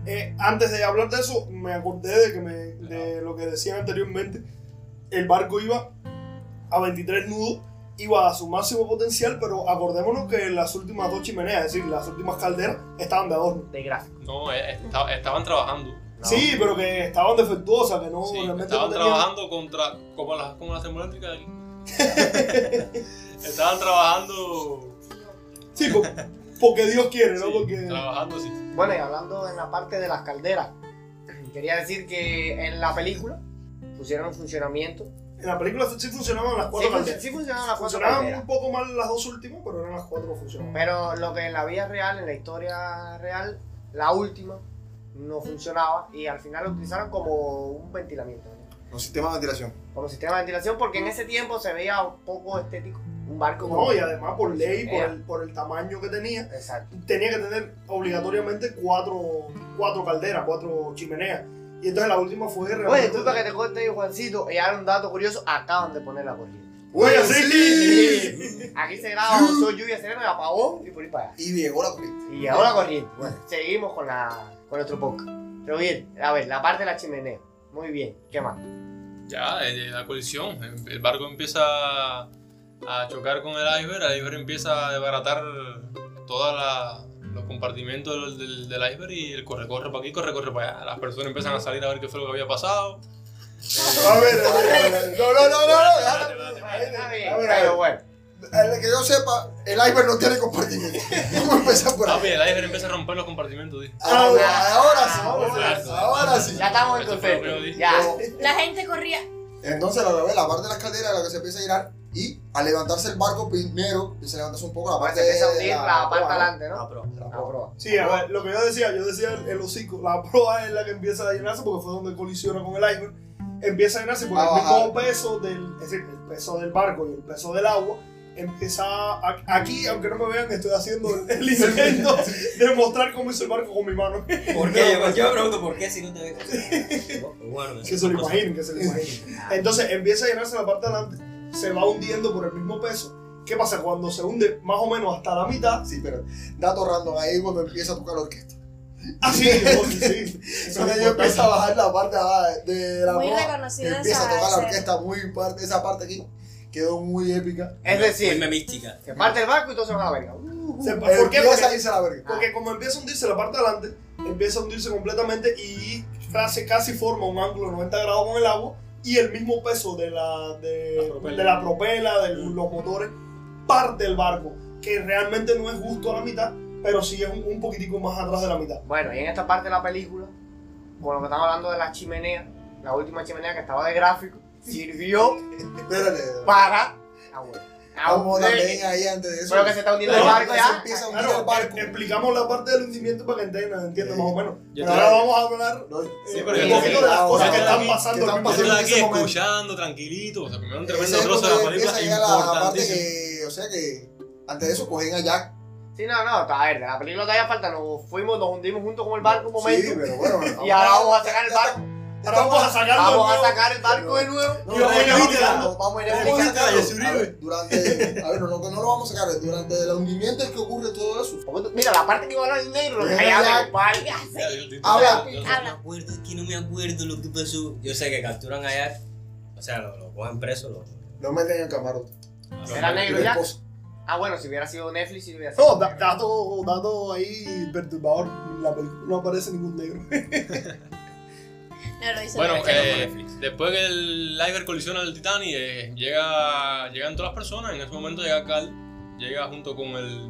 Speaker 3: Eh, antes de hablar de eso, me acordé de, que me- de lo que decían anteriormente. El barco iba a 23 nudos, iba a su máximo potencial, pero acordémonos que las últimas dos chimeneas, es decir, las últimas calderas, estaban de adorno.
Speaker 2: De gráfico.
Speaker 5: No, eh, esta- estaban trabajando.
Speaker 3: Sí, pero que estaban defectuosas, que no
Speaker 5: Sí,
Speaker 3: realmente
Speaker 5: estaban
Speaker 3: no tenían-
Speaker 5: trabajando contra. como las, como las termoeléctricas de aquí. estaban trabajando.
Speaker 3: Sí, por- porque Dios quiere, ¿no?
Speaker 5: sí,
Speaker 3: porque...
Speaker 5: Trabajando, sí.
Speaker 2: Bueno, y hablando en la parte de las calderas, quería decir que en la película pusieron en funcionamiento.
Speaker 3: En la película sí funcionaban las
Speaker 2: Sí,
Speaker 3: cuatro
Speaker 2: fun-
Speaker 3: calderas.
Speaker 2: sí funcionaban las Ah, cuatro
Speaker 3: funcionaban
Speaker 2: calderas.
Speaker 3: un poco mal las dos últimas, pero eran las cuatro que funcionaban.
Speaker 2: Pero lo que en la vida real, en la historia real, la última no funcionaba y al final lo utilizaron como un ventilamiento, ¿no?
Speaker 4: Un sistema de ventilación.
Speaker 2: como sistema de ventilación, porque en ese tiempo se veía un poco estético un barco como-
Speaker 3: No, y además por ley, por
Speaker 2: Era.
Speaker 3: el, por el tamaño que tenía,
Speaker 2: Exacto.
Speaker 3: tenía que tener obligatoriamente cuatro, cuatro calderas, cuatro chimeneas. Y entonces la última fue
Speaker 2: Oye,
Speaker 3: realmente...
Speaker 2: disculpa que te corte ahí, Juancito, y ahora un dato curioso, acaban de poner la corriente.
Speaker 3: Oye,
Speaker 4: sí.
Speaker 2: Aquí se graba Soy Lluvia Serena, el apagón y por ahí para allá.
Speaker 4: Y llegó la corriente.
Speaker 2: Y ahora corriente. Bueno, seguimos con, la, con nuestro podcast. Pero bien, a ver, la parte de la chimenea. Muy bien, ¿qué más?
Speaker 5: Ya, eh, la colisión. El- El barco empieza a chocar con el iceberg. El iceberg empieza a desbaratar toda la, los compartimentos del, del, del iceberg y el corre-corre para aquí, corre-corre para allá. Las personas empiezan a salir a ver qué fue lo que había pasado.
Speaker 4: A ver, a ver, a ver. No, no, no, no. no. a ver.
Speaker 2: Pero bueno,
Speaker 4: El que yo sepa, el iceberg no tiene compartimiento. Vamos a empezar por
Speaker 5: Papi,
Speaker 4: ahí.
Speaker 5: el iceberg empieza a romper los compartimentos, tío.
Speaker 4: Ahora, ahora sí, ahora sí, ahora sí.
Speaker 2: ya estamos en
Speaker 5: Esto fue lo que yo
Speaker 2: contexto.
Speaker 5: dije.
Speaker 2: Ya.
Speaker 1: La gente corría.
Speaker 4: Entonces la novela, la parte de la escalera es la que se empieza a girar y al levantarse el barco primero, y se levantarse un poco la
Speaker 2: Bueno,
Speaker 4: parte
Speaker 2: Pues se empieza a
Speaker 4: de
Speaker 2: hundir la parte adelante, ¿no?
Speaker 8: Ah, pero.
Speaker 4: la
Speaker 2: La
Speaker 4: proa.
Speaker 2: proa.
Speaker 3: Sí, a ver, lo que yo decía, yo decía el, el hocico, la proa es la que empieza a llenarse porque fue donde colisiona con el iceberg. Empieza a llenarse por
Speaker 4: A
Speaker 3: el mismo
Speaker 4: bajar.
Speaker 3: peso del, es decir, el peso del barco y el peso del agua. Empieza a- aquí, aunque no me vean, estoy haciendo el, el intento de mostrar cómo hizo el barco con mi mano.
Speaker 6: ¿Por qué? Yo, yo me pregunto, ¿por qué si no te veo? Bueno,
Speaker 3: Que se lo imaginen, que se lo imaginen. Entonces empieza a llenarse la parte de adelante, se va hundiendo por el mismo peso. ¿Qué pasa? Cuando se hunde más o menos hasta la mitad,
Speaker 4: Sí, pero dato random ahí es cuando empieza a tocar la orquesta.
Speaker 3: así, Ah, sí, sí.
Speaker 4: Es cuando yo empiezo a bajar la parte ah, de la
Speaker 1: Muy
Speaker 4: proa,
Speaker 1: reconocida
Speaker 4: Empieza a
Speaker 1: esa-
Speaker 4: tocar la
Speaker 1: esa-
Speaker 4: orquesta muy parte, esa parte aquí quedó muy épica.
Speaker 2: Es decir,
Speaker 6: Firme mística.
Speaker 2: se parte el barco y todo se va a la verga.
Speaker 3: Se- ¿Por qué?
Speaker 4: ¿Por qué empieza a
Speaker 3: Porque, Ah.
Speaker 4: irse a la verga?
Speaker 3: porque
Speaker 5: Ah.
Speaker 3: como empieza a hundirse la parte de adelante, empieza a hundirse completamente y casi, casi forma un ángulo de 90 grados con el agua y el mismo peso de la, de,
Speaker 5: La propela.
Speaker 3: de la propela, de los motores, parte el barco, que realmente no es justo a la mitad, pero sí es un, un poquitico más atrás de la mitad.
Speaker 2: Bueno, y en esta parte de la película, con lo que estamos hablando de la chimenea, la última chimenea que estaba de gráfico, sirvió
Speaker 4: Espérate.
Speaker 2: para. Ah, bueno. Ah,
Speaker 4: Vamos
Speaker 2: bueno.
Speaker 4: también ahí antes de eso.
Speaker 2: Pero que se está hundiendo el
Speaker 3: Pero
Speaker 2: barco
Speaker 4: se
Speaker 2: ya.
Speaker 4: empieza a hundir
Speaker 3: Claro,
Speaker 4: el barco.
Speaker 3: e- explicamos la parte del hundimiento para que entiendan, entiendan más o menos.
Speaker 5: Yo
Speaker 3: Pero
Speaker 5: te-
Speaker 3: ahora vamos a hablar
Speaker 4: No,
Speaker 5: Sí,
Speaker 3: eh,
Speaker 5: pero
Speaker 3: un
Speaker 5: yo-
Speaker 3: poquito de las
Speaker 4: ahora,
Speaker 3: cosas que
Speaker 5: ahora,
Speaker 3: están
Speaker 5: que
Speaker 3: pasando
Speaker 4: están
Speaker 3: al mismo
Speaker 5: Yo
Speaker 4: pasando.
Speaker 5: estaba
Speaker 4: en
Speaker 5: aquí
Speaker 4: ese momento.
Speaker 5: escuchando, tranquilito. O sea, primero un
Speaker 4: Ese
Speaker 5: tremendo
Speaker 4: es
Speaker 5: trozo de
Speaker 4: cuando
Speaker 5: la película.
Speaker 4: empieza a llegar la parte
Speaker 5: Importantísimo.
Speaker 4: que, o sea que, antes de eso cogen a Jack.
Speaker 2: Sí, no, no, está a ver, de la película todavía falta, nos fuimos, nos hundimos juntos con el barco un momento.
Speaker 4: Sí, pero bueno.
Speaker 2: Y ahora vamos a sacar el barco.
Speaker 4: Ya
Speaker 3: Ahora vamos a
Speaker 4: estamos-
Speaker 3: sacarlo.
Speaker 2: Vamos a
Speaker 3: de nuevo.
Speaker 2: sacar el barco de nuevo.
Speaker 4: No,
Speaker 3: Y vamos a ir
Speaker 4: vamos
Speaker 3: retirando.
Speaker 4: a- vamos a ir
Speaker 6: Vamos a sacarlo.
Speaker 4: retirando. A ver, Durante, a ver, no, no, no lo vamos a sacar. Durante el hundimiento es que ocurre todo eso.
Speaker 2: Mira, la parte que iba a hablar en negro, lo que
Speaker 4: Mira,
Speaker 2: callaba
Speaker 4: ya.
Speaker 2: el barco.
Speaker 5: Ya, yo- yo-
Speaker 4: Habla.
Speaker 5: yo- yo-
Speaker 6: No me acuerdo, es que no me acuerdo lo que pasó. Yo sé que capturan a Jack, o sea, lo, lo cogen preso, lo.
Speaker 4: Lo meten en el camarote.
Speaker 2: Era negro
Speaker 4: Y
Speaker 2: ya.
Speaker 4: después-
Speaker 2: Ah, bueno, si hubiera sido Netflix, si hubiera sido.
Speaker 3: No, Oh, da- dato, dato ahí perturbador. en La película no aparece ningún negro.
Speaker 1: No lo hizo.
Speaker 5: Bueno,
Speaker 1: bien.
Speaker 5: eh, después que el Iber colisiona el Titanic, eh, llega, llegan todas las personas. En ese momento llega Carl, llega junto con el,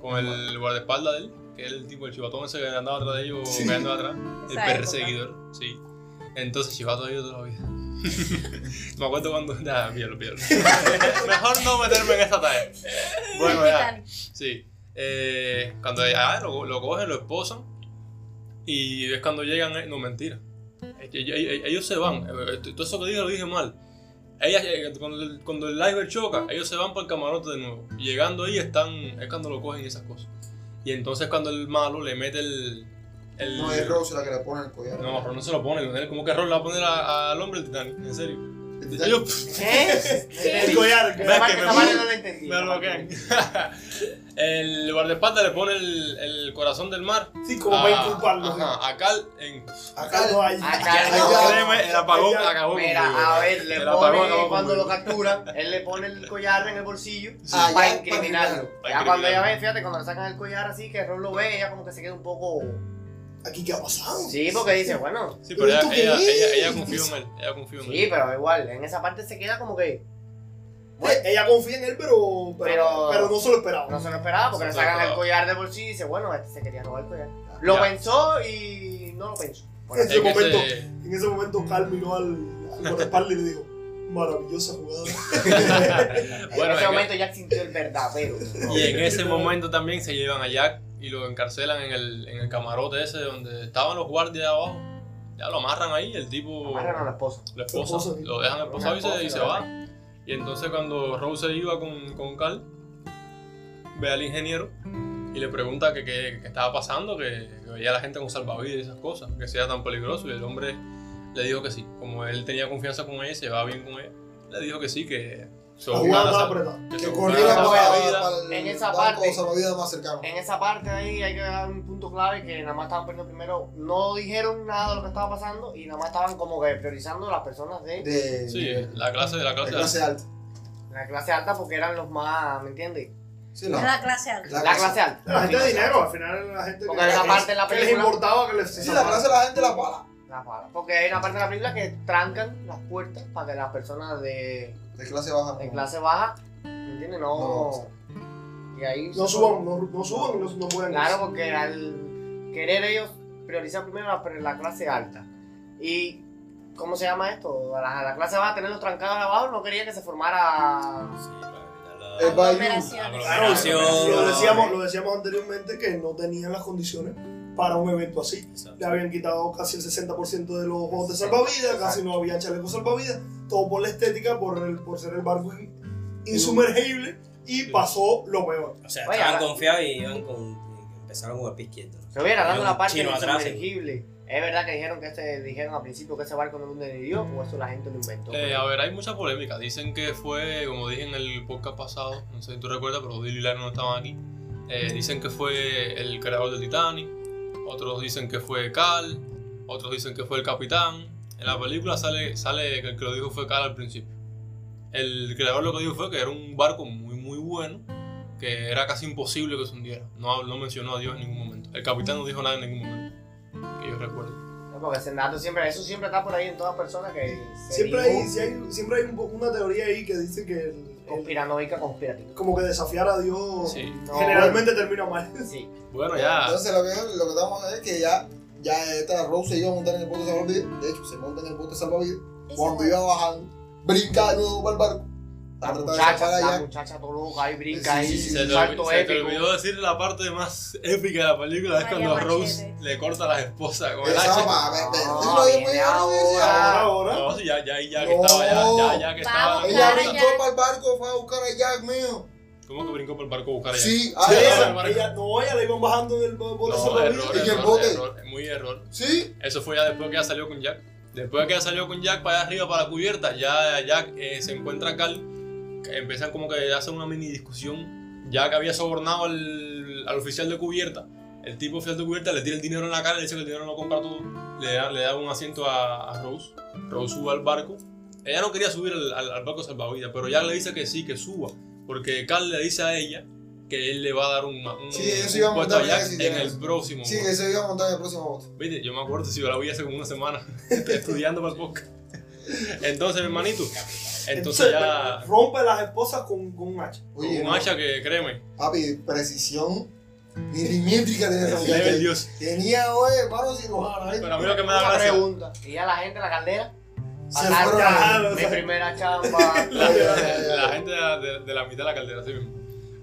Speaker 5: con el guardaespaldas de él, que es el tipo, el chivatón ese que andaba atrás de ellos,
Speaker 4: Sí.
Speaker 5: que andaba atrás, el
Speaker 1: Esa época.
Speaker 5: perseguidor, sí. Entonces chivato ha ido toda la vida. me acuerdo cuando. Ya, píllalo, píllalo. Mejor no meterme en esa tarea. Bueno, ya.
Speaker 1: Titanic.
Speaker 5: Sí. Eh, cuando ah, lo, lo cogen, lo esposan. Y es cuando llegan. eh, No, mentira. Eh, eh, eh, Ellos se van. Eh, eh, Todo eso que dije lo dije mal. Ellas, eh, cuando, el, cuando el iceberg choca, ellos se van para el camarote de nuevo. Y Llegando ahí están. Es cuando lo cogen y esas cosas. Y entonces cuando el malo le mete el. el
Speaker 4: No es Rose la que le pone el collar.
Speaker 5: No, pero no se lo pone. Como que Ron le va a poner a- al hombre el Titanic. En serio. Ellos, pff,
Speaker 2: ¿Eh?
Speaker 3: El collar, el
Speaker 5: Ven
Speaker 2: Esa parte
Speaker 3: collar.
Speaker 5: que
Speaker 2: esa
Speaker 5: me
Speaker 2: parte
Speaker 5: fui.
Speaker 2: no la entendí.
Speaker 5: me bloquean. el guardaespaldas le pone el, el corazón del mar
Speaker 3: Sí, como para
Speaker 5: Ah,
Speaker 3: inculparlo.
Speaker 5: Ajá, a Cal en.
Speaker 4: Acá
Speaker 3: Acá no hay.
Speaker 2: Acá
Speaker 4: Ay,
Speaker 2: no.
Speaker 4: ya.
Speaker 5: Créeme, el apagón
Speaker 3: Ay, ya.
Speaker 5: acabó. conmigo.
Speaker 2: Mira, a ver, le
Speaker 5: El apagón
Speaker 2: pone,
Speaker 5: acabó
Speaker 2: cuando lo
Speaker 5: conmigo.
Speaker 2: captura, él le pone el collar en el bolsillo
Speaker 4: Ah,
Speaker 2: para
Speaker 4: ya, para
Speaker 2: incriminarlo.
Speaker 5: para
Speaker 2: Ya cuando ella
Speaker 5: incriminarlo.
Speaker 2: ve, fíjate, cuando le sacan el collar así, que Ron lo ve, ella como que se queda un poco...
Speaker 4: Aquí qué ha pasado.
Speaker 2: Sí, porque dice, bueno,
Speaker 5: Sí, pero ella,
Speaker 4: ¿Esto qué
Speaker 5: ella,
Speaker 4: es?
Speaker 5: ella, ella confió en él. Ella confió en él.
Speaker 2: sí, pero igual, en esa parte se queda como que
Speaker 3: Bueno, ella confía en él, pero, pero,
Speaker 2: Pero-
Speaker 3: pero no se lo esperaba.
Speaker 2: no se lo esperaba, porque
Speaker 5: No
Speaker 2: le
Speaker 5: se lo
Speaker 2: sacan el
Speaker 5: esperaba.
Speaker 2: collar del bolsillo y dice, bueno, este se quería robar el collar. Lo
Speaker 5: Ya.
Speaker 2: pensó y no lo pensó. Por eso.
Speaker 3: En ese
Speaker 5: En ese-
Speaker 3: momento, en ese momento Carl miró al, al guardaespaldas y le dijo, maravillosa jugada.
Speaker 2: en
Speaker 5: bueno,
Speaker 2: ese
Speaker 5: en-
Speaker 2: momento ya sintió el verdadero.
Speaker 5: y en ese momento también se llevan a Jack y lo encarcelan en el, en el camarote ese donde estaban los guardias abajo. Ya lo amarran ahí, el tipo.
Speaker 2: Amarran a la esposa.
Speaker 5: la esposa,
Speaker 3: Esposa, sí.
Speaker 5: lo dejan esposado y
Speaker 2: Una
Speaker 5: se, y
Speaker 2: esposa,
Speaker 5: se
Speaker 2: ¿verdad?
Speaker 5: va. Y entonces cuando Rose iba con, con Carl, ve al ingeniero y le pregunta que qué qué estaba pasando, que, que veía a la gente con salvavidas y esas cosas, que sea tan peligroso. Y el hombre le dijo que sí. Como él tenía confianza con ella y se va bien con ella, le dijo que sí, que se
Speaker 3: La
Speaker 5: ocupan
Speaker 3: jugada
Speaker 5: de
Speaker 3: estaba
Speaker 5: sal-
Speaker 3: apretada.
Speaker 5: que se
Speaker 4: Que
Speaker 5: ocupan de
Speaker 4: corriera
Speaker 5: la
Speaker 4: para,
Speaker 5: salvavidas.
Speaker 4: para
Speaker 2: en
Speaker 4: el
Speaker 2: esa
Speaker 4: barco
Speaker 2: parte.
Speaker 4: salvavidas más cercano.
Speaker 2: En esa parte ahí hay que dar un punto clave que nada más estaban perdiendo primero, no dijeron nada de lo que estaba pasando y nada más estaban como que priorizando las personas de
Speaker 4: De,
Speaker 5: Sí,
Speaker 4: de
Speaker 5: la clase de la clase.
Speaker 4: clase alta.
Speaker 2: la clase alta porque eran los más, ¿me entiendes?
Speaker 4: Sí,
Speaker 1: Era
Speaker 4: la,
Speaker 1: la clase alta.
Speaker 4: la
Speaker 2: La
Speaker 4: clase.
Speaker 2: clase alta.
Speaker 3: La gente de dinero, al final la gente
Speaker 2: Porque hay una parte en la
Speaker 3: que les
Speaker 2: película-
Speaker 3: importaba que les
Speaker 4: Sí, la clase la gente la pala.
Speaker 2: La pala. Porque hay una parte de la película que trancan las puertas para que las personas de,
Speaker 4: De clase baja.
Speaker 2: de
Speaker 4: no.
Speaker 2: clase baja, ¿me entiendes? No. Y ahí.
Speaker 3: No
Speaker 2: se-
Speaker 3: suban, no, no suban, no, no pueden.
Speaker 2: Claro, porque al querer ellos priorizar primero la, la clase alta. Y, ¿cómo se llama esto? A la, a la clase baja, tenerlos trancados abajo, no quería que se formara...
Speaker 1: Eh,
Speaker 4: El
Speaker 5: Sí,
Speaker 4: bayou.
Speaker 1: Aglomeraciones.
Speaker 5: para
Speaker 3: Claro,
Speaker 5: evitar
Speaker 3: sí,
Speaker 5: la
Speaker 3: lo, decíamos,
Speaker 5: aglomeración.
Speaker 3: lo decíamos anteriormente que no tenían las condiciones para un evento así. Le habían quitado casi el 60% de los juegos de salvavidas, casi no había chalecos salvavidas, todo por la estética, por, el, por ser el barco in- insumergible y pasó lo peor.
Speaker 6: O sea,
Speaker 2: Oye,
Speaker 6: estaban
Speaker 2: ahora-
Speaker 6: confiados y iban con, empezaron con el pie izquierdo.
Speaker 2: Se hubiera hablando
Speaker 6: Había un
Speaker 2: la parte
Speaker 6: chino atrás, sí.
Speaker 2: insumergible. Es verdad que dijeron que este, dijeron al principio que ese barco no lo hundió, o eso la gente lo inventó.
Speaker 5: Eh, a ver, hay mucha polémica. Dicen que fue, como dije en el podcast pasado, no sé si tú recuerdas, pero Dil y Lano no estaban aquí. Eh, dicen que fue el creador del Titanic, otros dicen que fue Carl, otros dicen que fue el capitán. En la película sale, sale que el que lo dijo fue Carl al principio. El creador lo que dijo fue que era un barco muy, muy bueno, que era casi imposible que se hundiera. No, no mencionó a Dios en ningún momento. El capitán no dijo nada en ningún momento, que yo recuerdo.
Speaker 2: No, porque ese dato siempre, eso siempre está por ahí en todas personas que se
Speaker 3: Siempre
Speaker 2: dijo
Speaker 3: hay, si hay- siempre hay un po- una teoría ahí que dice que el- el-
Speaker 2: conspiranoica conspirativa.
Speaker 3: como que desafiar a Dios
Speaker 5: Sí.
Speaker 2: No,
Speaker 3: generalmente termina mal.
Speaker 2: sí.
Speaker 5: Bueno, ya.
Speaker 4: Entonces lo que, lo que estamos haciendo es que ya, ya esta Rose se iba a montar en el bote salvavidas. De hecho, se monta en el bote salvavidas.
Speaker 1: Y
Speaker 4: Cuando
Speaker 1: se-
Speaker 4: iba bajando, brinca de nuevo para el barco.
Speaker 2: La
Speaker 4: Para tratar de
Speaker 2: muchacha,
Speaker 4: escapar
Speaker 2: la
Speaker 4: allá.
Speaker 2: muchacha todo loca, ahí brinca,
Speaker 4: Sí, sí, sí,
Speaker 2: ahí,
Speaker 5: Se
Speaker 2: un
Speaker 5: te,
Speaker 2: salto
Speaker 5: se te
Speaker 2: épico.
Speaker 5: olvidó decir la parte más épica de la película, es
Speaker 1: María
Speaker 5: cuando
Speaker 1: Machete.
Speaker 5: Rose le corta a las esposas con el
Speaker 4: Esa
Speaker 5: hacha.
Speaker 4: va, ve- ve-
Speaker 2: No,
Speaker 4: dímelo ahí,
Speaker 2: viene
Speaker 4: muy bien, muy bien,
Speaker 2: ahora.
Speaker 3: Ahora, ahora.
Speaker 5: No, sí, ya, ya, ya que
Speaker 4: No.
Speaker 5: estaba, ya, ya, ya que estaba.
Speaker 1: Vamos,
Speaker 4: Ella
Speaker 1: Claro,
Speaker 4: brincó
Speaker 1: ya.
Speaker 4: para el barco, fue a buscar a Jack, mío.
Speaker 5: ¿Cómo que brincó por el barco a buscar a Jack?
Speaker 4: Sí,
Speaker 3: Sí,
Speaker 4: a
Speaker 5: esa-
Speaker 4: ella.
Speaker 3: ella- ella- no, ella le iban bajando del bo- bote
Speaker 5: No,
Speaker 3: salvavidas.
Speaker 5: error,
Speaker 4: ¿Y qué
Speaker 5: error,
Speaker 4: bote?
Speaker 5: error, muy error.
Speaker 4: Sí,
Speaker 5: Eso fue ya después que ya salió con Jack. Después que ya salió con Jack para allá arriba, para la cubierta, ya Jack eh, se encuentra a Carl. que Empiezan como que a hacer una mini discusión. Jack había sobornado al, al oficial de cubierta. El tipo oficial de cubierta le tira el dinero en la cara, le dice que el dinero no lo compra todo. Le da, le da un asiento a, a Rose. Rose sube al barco. Ella no quería subir al, al- al barco salvavidas, pero Jack le dice que sí, que suba. Porque Carl le dice a ella que él le va a dar un, un,
Speaker 4: Sí, eso
Speaker 5: un
Speaker 4: iba a
Speaker 5: puesto a
Speaker 4: montar,
Speaker 5: Jack
Speaker 4: sí,
Speaker 5: en
Speaker 4: ya.
Speaker 5: el próximo.
Speaker 4: sí, que se iba a montar en el próximo bote.
Speaker 5: Viste, yo me acuerdo si yo la vi hace como una semana estudiando para el podcast. Entonces, mi hermanito, entonces ya
Speaker 3: rompe las esposas con, con un hacha.
Speaker 4: Oye,
Speaker 5: un hacha que créeme,
Speaker 4: papi, precisión milimétrica tenía esa muchacha.
Speaker 5: nivel Dios.
Speaker 4: Tenía, oye, mano cirujana. ahí.
Speaker 5: Pero a mí lo que me da
Speaker 2: Una
Speaker 5: gracia,
Speaker 2: pregunta. Y a la gente, la caldera,
Speaker 4: Se
Speaker 2: acá
Speaker 4: fueron
Speaker 2: está,
Speaker 3: a-
Speaker 2: mi primera chamba.
Speaker 5: la,
Speaker 4: ya, ya.
Speaker 5: la gente de, de la mitad de la caldera, así mismo.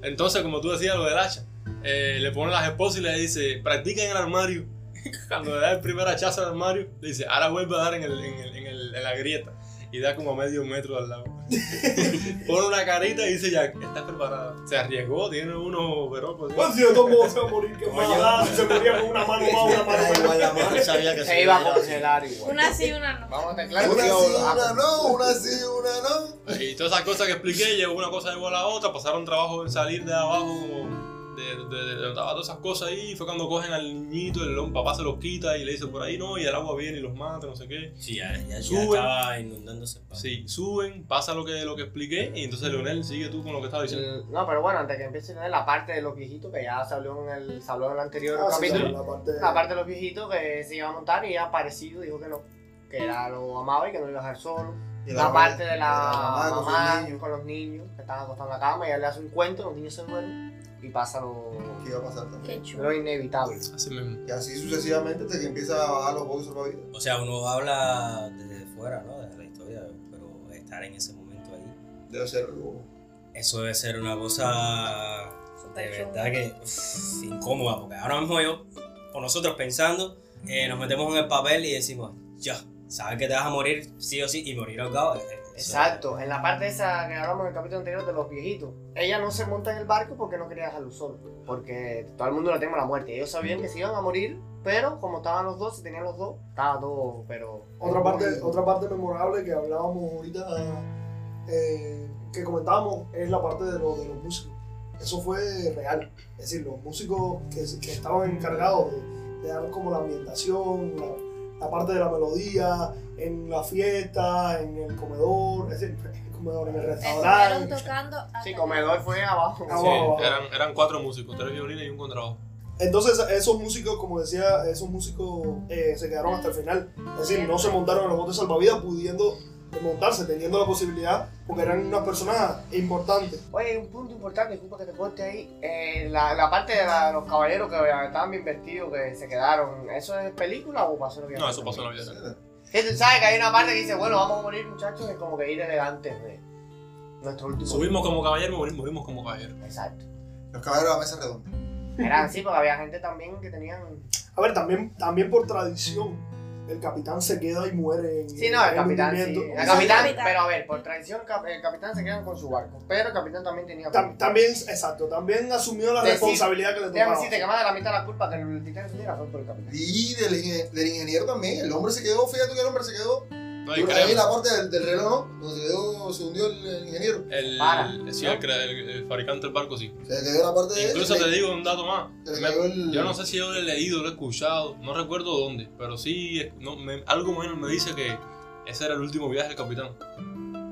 Speaker 5: Entonces, como tú decías, lo del hacha, eh, le ponen las esposas y le dice, practica en el armario. Cuando le da el primer hachazo al armario, le dice, ahora vuelve a dar en, el, en, el- en el- en la grieta. Y da como a medio metro al lado. Pone una carita y dice, ya, estás preparada. Se arriesgó, tiene pues. unos veros.
Speaker 3: Bueno, Pues, si yo tomo se va a morir, que ojalá si se moría con una mano más, una mano
Speaker 8: Ah,
Speaker 3: menos.
Speaker 8: Igual la mano sabía que
Speaker 2: Se iba a
Speaker 8: hubiera-
Speaker 2: congelar igual.
Speaker 1: Una sí, una no.
Speaker 2: Vamos a estar claros
Speaker 4: una
Speaker 2: que
Speaker 4: sí,
Speaker 2: iba a-
Speaker 4: una no, una sí, una no.
Speaker 5: Y todas esas cosas que expliqué, llegó una cosa llegó a la otra, pasaron trabajo en salir de abajo, como de, de, de donde estaban todas esas cosas ahí, y fue cuando cogen al niñito, el el papá se los quita y le dice por ahí no, y el agua viene y los mata, no sé qué.
Speaker 6: Sí, ya, ya, ya
Speaker 5: Sube.
Speaker 6: estaba inundándose. el barco.
Speaker 5: Sí, suben, pasa lo que, lo que expliqué, y entonces Leonel sigue tú con lo que estaba diciendo.
Speaker 2: Mm, No, pero bueno, antes que empiece la parte de los viejitos, que ya se habló en el, se habló en el anterior
Speaker 3: Ah, sí,
Speaker 2: capítulo,
Speaker 3: la parte-
Speaker 2: la parte de los viejitos que se iba a montar y ya aparecido dijo que no, que era lo amaba y que no lo iba a dejar solo.
Speaker 4: Y
Speaker 2: La parte de la
Speaker 4: mamá con sus
Speaker 2: mamá
Speaker 4: niños.
Speaker 2: con los niños, que estaban acostados en la cama, y él le hace un cuento, los niños se duermen y pasa lo,
Speaker 4: ¿Qué iba a pasar también?
Speaker 1: Qué chulo.
Speaker 2: lo inevitable.
Speaker 5: Así mismo.
Speaker 4: Y así sucesivamente hasta que empieza a bajar los botes salvavidas.
Speaker 6: O sea, uno habla desde fuera, ¿no? De la historia, pero estar en ese momento ahí.
Speaker 4: Debe ser algo.
Speaker 6: Eso debe ser una cosa de verdad que uff, incómoda, porque ahora mismo yo, o nosotros pensando, eh, nos metemos en el papel y decimos, ya, sabes que te vas a morir sí o sí, y morir ahogado. eh, eh, eso-
Speaker 2: Exacto, en la parte esa que hablamos en el capítulo anterior de los viejitos, ella no se monta en el barco porque no quería dejarlo solo, porque todo el mundo le teme a la muerte. Ellos sabían que se iban a morir, pero como estaban los dos, se tenían los dos, estaba todo, pero...
Speaker 3: Otra parte, otra parte memorable que hablábamos ahorita, eh, que comentábamos, es la parte de, lo- de los músicos. Eso fue real. Es decir, los músicos que, se- que estaban encargados de, de dar como la ambientación, la, la parte de la melodía, en la fiesta, en el comedor. Es decir, comedor en el
Speaker 1: Estuvieron
Speaker 3: restaurante.
Speaker 1: tocando hasta
Speaker 2: Sí, comedor fue abajo.
Speaker 3: Ah,
Speaker 5: Sí,
Speaker 3: Abajo, abajo.
Speaker 5: eran, eran cuatro músicos, tres violines y un contrabajo.
Speaker 3: Entonces esos músicos, como decía, esos músicos eh, se quedaron hasta el final. Es decir, no se montaron en los botes salvavidas pudiendo montarse, teniendo la posibilidad, porque eran unas personas importantes.
Speaker 2: Oye, un punto importante, disculpa que te corte ahí. eh, la, la parte de la- los caballeros que estaban bien vestidos, que se quedaron, ¿eso es película o pasó en la vida
Speaker 5: No,
Speaker 2: real
Speaker 5: eso pasó en la vida real.
Speaker 2: Sí, tú sabes que hay una parte que dice, bueno, vamos a morir muchachos, es como que ir elegantes de nuestro último.
Speaker 5: Subimos como caballero y morimos- morimos como caballero.
Speaker 2: Exacto.
Speaker 4: Los caballeros de la mesa redonda.
Speaker 2: Era así, porque había gente también que tenían.
Speaker 3: A ver, también, también por tradición, el capitán se queda y muere en
Speaker 2: Sí, no, el
Speaker 3: en
Speaker 2: capitán, sí.
Speaker 3: hundimiento.
Speaker 2: El capitán,
Speaker 1: capitán.
Speaker 2: pero a ver, por traición, cap- el capitán se quedan con su barco. Pero el capitán también tenía.
Speaker 3: Tam- también, exacto, también asumió la
Speaker 2: Decir-
Speaker 3: responsabilidad que le
Speaker 2: Déjame
Speaker 3: tocaba.
Speaker 2: decirte que más de la mitad de la culpa que el titán tuviera fue por el capitán.
Speaker 4: Y del, ingen- del ingeniero también. El hombre se quedó, fíjate que el hombre se quedó.
Speaker 5: No, y
Speaker 4: Yo creo que ahí en
Speaker 5: creo.
Speaker 4: la parte del, del reloj, ¿no? Donde se, quedó, se hundió el, el ingeniero.
Speaker 5: El,
Speaker 2: Para,
Speaker 5: sí,
Speaker 2: ¿no?
Speaker 5: el, cre- el- el fabricante del barco, sí.
Speaker 4: Se quedó la parte de.
Speaker 5: Incluso
Speaker 4: de-
Speaker 5: te digo un dato más.
Speaker 4: se
Speaker 5: Me-
Speaker 4: quedó el-
Speaker 5: Yo no sé si yo lo he leído, lo he escuchado, no recuerdo dónde, pero sí, no, me- algo menos me dice que ese era el último viaje del capitán.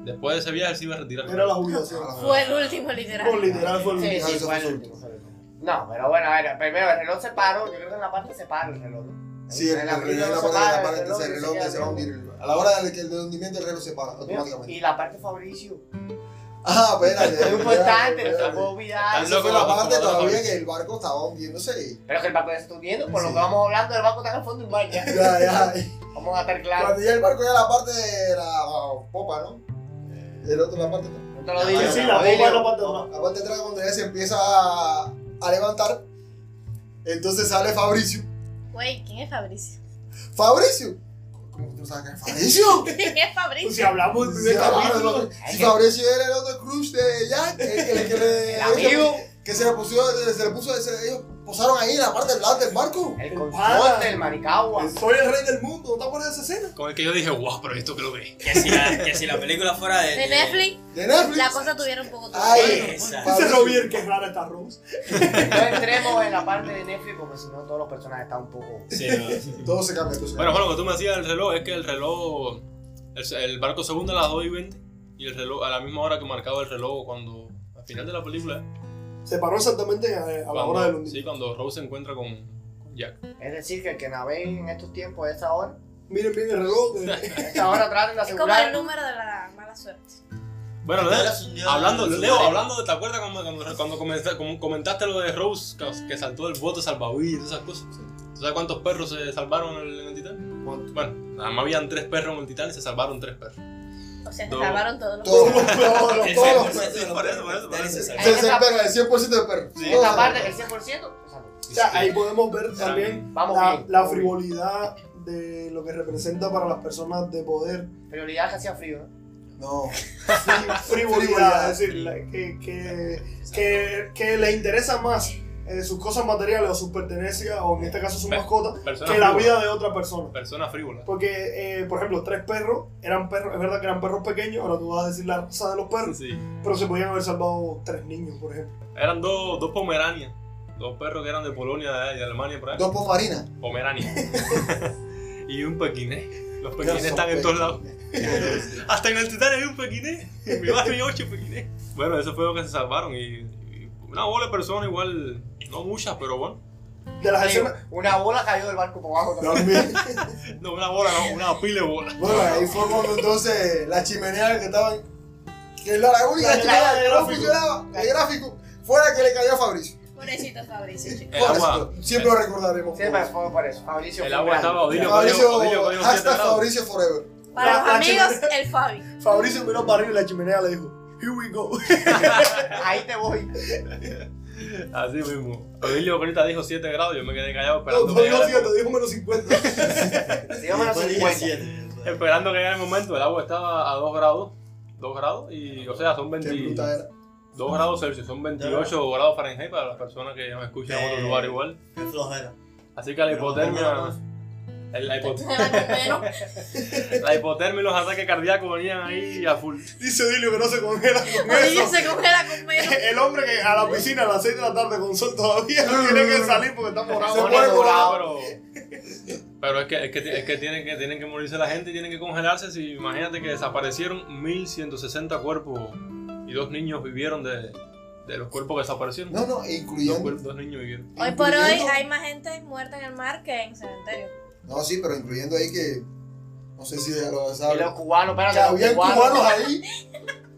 Speaker 5: Después de ese viaje él se iba a retirar.
Speaker 3: Era la
Speaker 4: Ah,
Speaker 3: jubilación.
Speaker 1: Fue el último, literal.
Speaker 3: Por literal fue el
Speaker 2: Sí,
Speaker 3: último.
Speaker 2: sí, fue el último, fue el último. No, pero bueno, a ver, primero el reloj se paró, yo creo que en la parte se paró el reloj. ¿no?
Speaker 4: Sí, el,
Speaker 2: En
Speaker 4: el,
Speaker 2: la
Speaker 4: reloj,
Speaker 2: primera
Speaker 4: la
Speaker 2: se
Speaker 4: parte
Speaker 2: para
Speaker 4: la parte
Speaker 2: y
Speaker 4: del reloj
Speaker 2: queda
Speaker 4: que se va a
Speaker 2: el
Speaker 4: hundir. el- A la hora del, del hundimiento el reloj se para automáticamente.
Speaker 2: Y la parte de Fabricio.
Speaker 4: Ah, espérate.
Speaker 2: Es importante, no se la
Speaker 4: espérate.
Speaker 2: puedo olvidar.
Speaker 5: Tan
Speaker 4: Esa fue
Speaker 5: loco,
Speaker 4: la
Speaker 5: loco,
Speaker 4: parte
Speaker 5: loco, loco.
Speaker 4: todavía que el barco estaba hundiéndose.
Speaker 2: Pero que el barco ya se está hundiendo, por lo
Speaker 4: Sí.
Speaker 2: que vamos hablando, el barco está en el fondo del mar ya.
Speaker 4: Ya, ya.
Speaker 2: Vamos a estar claros.
Speaker 4: Cuando ya el barco ya la parte de la ah, popa, ¿no? El otro, la parte atrás.
Speaker 2: No te lo
Speaker 8: Sí,
Speaker 2: digo.
Speaker 3: Sí,
Speaker 2: no
Speaker 3: la
Speaker 2: lo
Speaker 3: bomba
Speaker 2: digo.
Speaker 3: era la parte de atrás.
Speaker 4: La parte de atrás cuando ya se empieza a, a levantar. Entonces sale Fabricio.
Speaker 1: Güey, ¿quién es Fabricio?
Speaker 4: ¡Fabricio! ¿Cómo tú sabes que es Fabricio?
Speaker 1: ¿Quién es Fabricio?
Speaker 3: Pues si hablamos del
Speaker 4: Sí,
Speaker 3: primer
Speaker 4: claro,
Speaker 3: capítulo,
Speaker 4: no. Si Fabricio era el otro crush de Jack, el que, el que le.
Speaker 2: El amigo,
Speaker 4: Que se le puso, se le puso, se- ellos posaron ahí en la parte del lado del barco.
Speaker 2: el
Speaker 3: pana.
Speaker 2: consorte, el maricagua.
Speaker 3: Pues, soy el rey del mundo, ¿no te acuerdas de esa escena?
Speaker 5: Con el que yo dije, wow, pero esto que lo ve.
Speaker 6: Que si la, que si la película fuera de.
Speaker 1: De Netflix,
Speaker 4: De Netflix.
Speaker 1: la cosa tuviera un poco turbia.
Speaker 4: Ay,
Speaker 6: Esa.
Speaker 3: Dice
Speaker 4: Fabricio.
Speaker 3: Robier que rara está Rose.
Speaker 2: No entremos en la parte de Netflix porque si no todos los personajes están un poco.
Speaker 6: Sí, no.
Speaker 4: Todo se cambia. todo se cambia.
Speaker 5: Bueno, Juan, lo que tú me decías del reloj es que el reloj, el, el barco se hunde a las 2 y 20 y el reloj a la misma hora que marcaba el reloj cuando, al final de la película,
Speaker 3: Se paró exactamente a, a la
Speaker 5: cuando-
Speaker 3: hora del hundimiento.
Speaker 5: sí, cuando Rose se encuentra con, con Jack.
Speaker 2: Es decir, que el que naveguen en estos tiempos a esa hora,
Speaker 3: Miren bien el reloj. eh.
Speaker 2: a esa hora traten de
Speaker 1: Es como el
Speaker 2: asegurar.
Speaker 1: número de la mala suerte.
Speaker 5: Bueno,
Speaker 8: Ahora
Speaker 5: Leo,
Speaker 8: se hundió
Speaker 5: hablando,
Speaker 8: el
Speaker 5: Leo,
Speaker 8: submarino.
Speaker 5: hablando de, ¿te acuerdas cuando, cuando, cuando comenzaste- como comentaste lo de Rose que, que saltó del bote salvavidas y todas esas cosas? ¿Tú sabes cuántos perros se salvaron en el, en el Titán?
Speaker 4: ¿Cuánto?
Speaker 5: Bueno, nada más habían tres perros en el Titán y se salvaron tres perros.
Speaker 1: O sea, se
Speaker 5: No.
Speaker 1: salvaron todos los
Speaker 4: Todos los todos los- todos los perros.
Speaker 5: Sí, por eso, por eso, por eso.
Speaker 2: Ahí
Speaker 4: Se se
Speaker 2: está-
Speaker 4: espera, el 100% de perro.
Speaker 2: En esta parte, el 100%, o sea,
Speaker 3: O sea, ahí podemos ver también
Speaker 2: pues, vamos
Speaker 3: la,
Speaker 2: bien.
Speaker 3: la
Speaker 2: vamos bien.
Speaker 3: frivolidad de lo que representa para las personas de poder.
Speaker 2: Prioridad que hacía frío, ¿no?
Speaker 4: No.
Speaker 3: Frivolidad, es decir, la- que, que, que, que le interesa más eh, sus cosas materiales o sus pertenencias, o en este caso su
Speaker 5: Pe-
Speaker 3: mascota,
Speaker 5: Persona
Speaker 3: que la
Speaker 5: frívola.
Speaker 3: vida de otra persona.
Speaker 5: Persona frívola.
Speaker 3: Porque, eh, por ejemplo, tres perros eran perros, es verdad que eran perros pequeños, ahora tú vas a decir la raza de los perros,
Speaker 5: Sí.
Speaker 3: pero se podían haber salvado tres niños, por ejemplo.
Speaker 5: Eran dos, dos pomeranias. Dos perros que eran de Polonia de- de Alemania, por ahí.
Speaker 4: Dos pomarinas.
Speaker 5: Pomerania. y un pequinés. Los
Speaker 4: Pero
Speaker 5: pequinés
Speaker 4: son
Speaker 5: están en todos lados.
Speaker 4: pequinés.
Speaker 5: Hasta en el Titán hay un pequinés. En mi barrio hay ocho pequinés. Bueno, eso fue lo que se salvaron. Y, y una bola de personas igual, no muchas, pero bueno.
Speaker 3: De las
Speaker 2: Digo,
Speaker 3: escenas,
Speaker 2: Una bola cayó del barco para abajo también.
Speaker 4: También.
Speaker 5: No, una bola, no, una pile de bola.
Speaker 4: Bueno, ahí fue cuando entonces la chimenea que estaban. Que era la única
Speaker 3: La
Speaker 4: chimenea
Speaker 3: de
Speaker 4: que no
Speaker 3: gráfico.
Speaker 4: funcionaba, el gráfico, fue la que le cayó a Fabricio.
Speaker 1: Pobrecito Fabricio, chico.
Speaker 5: El agua,
Speaker 4: Pobrecito, Siempre lo recordaremos.
Speaker 2: Siempre fue por eso. Fabricio
Speaker 5: el
Speaker 2: fue
Speaker 5: agua
Speaker 2: grande.
Speaker 5: estaba odilio,
Speaker 4: Fabricio,
Speaker 5: odilio, odilio, odilio,
Speaker 4: hashtag
Speaker 5: odilio, odilio.
Speaker 4: Fabricio Forever.
Speaker 1: Para los
Speaker 3: La- la
Speaker 1: amigos,
Speaker 3: chimenea.
Speaker 1: el Fabi.
Speaker 3: Fabricio miró para arriba y la chimenea le dijo, here we go.
Speaker 2: Ahí te voy.
Speaker 5: Así mismo. Odilio ahorita dijo 7 grados, yo me quedé callado
Speaker 3: No,
Speaker 5: esperando
Speaker 3: no
Speaker 5: que
Speaker 3: dijo
Speaker 5: llegara el
Speaker 3: cierto, dijo menos 50.
Speaker 2: Dígame
Speaker 3: Pues,
Speaker 2: los 50.
Speaker 5: Esperando que llegue el momento, el agua estaba a 2 grados. 2 grados y, o sea, son
Speaker 4: Qué bruta
Speaker 5: 22
Speaker 4: era.
Speaker 8: Ah.
Speaker 5: grados Celsius, son 28 grados Fahrenheit para las personas que nos escuchan en otro
Speaker 8: Eh.
Speaker 5: lugar igual.
Speaker 8: Qué flojera.
Speaker 5: Así que la
Speaker 8: Pero
Speaker 5: hipotermia.
Speaker 8: vamos
Speaker 5: el- La, hipo-
Speaker 1: Se va con menos.
Speaker 5: la hipotermia y los ataques cardíacos venían ahí a full.
Speaker 3: Dice Odilio que no se congela con
Speaker 1: Oye,
Speaker 3: eso.
Speaker 1: se congela con menos.
Speaker 3: El hombre que a la piscina a las 6 de la tarde con sol todavía no tiene que salir porque está
Speaker 4: Se
Speaker 3: morado.
Speaker 4: pone
Speaker 5: Bueno,
Speaker 4: morado.
Speaker 5: pero Pero es que, es que, es que, tienen, que tienen que morirse la gente y tienen que congelarse. Si imagínate que desaparecieron 1160 cuerpos y dos niños vivieron de, de los cuerpos que desaparecieron.
Speaker 4: No, no, e
Speaker 5: dos,
Speaker 2: pues,
Speaker 4: incluyendo.
Speaker 5: cuer- dos niños vivieron.
Speaker 1: Hoy por hoy
Speaker 4: incluyendo-
Speaker 1: hay más gente muerta en el mar que en cementerio.
Speaker 4: No, sí, pero incluyendo ahí que. No sé si ya lo
Speaker 2: Y
Speaker 4: saben.
Speaker 2: los cubanos,
Speaker 4: Que
Speaker 2: espérate, los
Speaker 4: habían cubanos
Speaker 2: cubanos.
Speaker 4: ahí.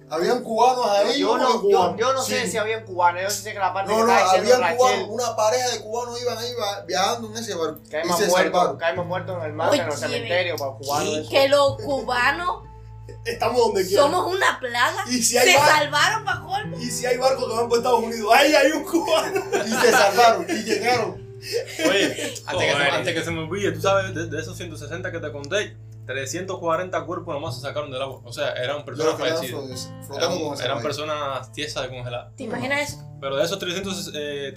Speaker 4: Habían cubanos ahí.
Speaker 2: Yo no, yo, yo no sé
Speaker 4: Sí.
Speaker 2: si habían cubanos, yo sí sé que la parte
Speaker 4: No,
Speaker 2: que
Speaker 4: no,
Speaker 2: está diciendo
Speaker 4: habían cubanos.
Speaker 2: Rachel,
Speaker 4: Una pareja de cubanos iban ahí va- viajando en ese barco.
Speaker 2: que hay
Speaker 4: y
Speaker 2: más
Speaker 4: se
Speaker 2: muertos,
Speaker 4: salvaron.
Speaker 2: que hay más muertos en el mar que en los
Speaker 1: Oye,
Speaker 2: cementerios, para los cubanos. eso.
Speaker 1: Que los cubanos
Speaker 3: Estamos donde quiera.
Speaker 1: somos una plaga.
Speaker 3: Y si hay
Speaker 1: Se
Speaker 3: barcos
Speaker 1: salvaron para colmo.
Speaker 3: y si hay barcos que van para pues, Estados Unidos, ahí hay un cubano.
Speaker 4: Y se salvaron. Y llegaron.
Speaker 5: Oye, antes, que se,
Speaker 6: Joder.
Speaker 5: antes que se me olvide, tú sabes, de, de esos 160 que te conté, 340 cuerpos nomás se sacaron del agua. O sea, eran
Speaker 4: Yo los
Speaker 5: personas
Speaker 4: que eran
Speaker 5: fallecidas.
Speaker 4: fro- flotando con
Speaker 5: Eran,
Speaker 4: esa
Speaker 5: eran
Speaker 4: vaina.
Speaker 5: personas tiesas de congelar.
Speaker 1: ¿Te imaginas eso?
Speaker 5: Pero de esos 300, eh,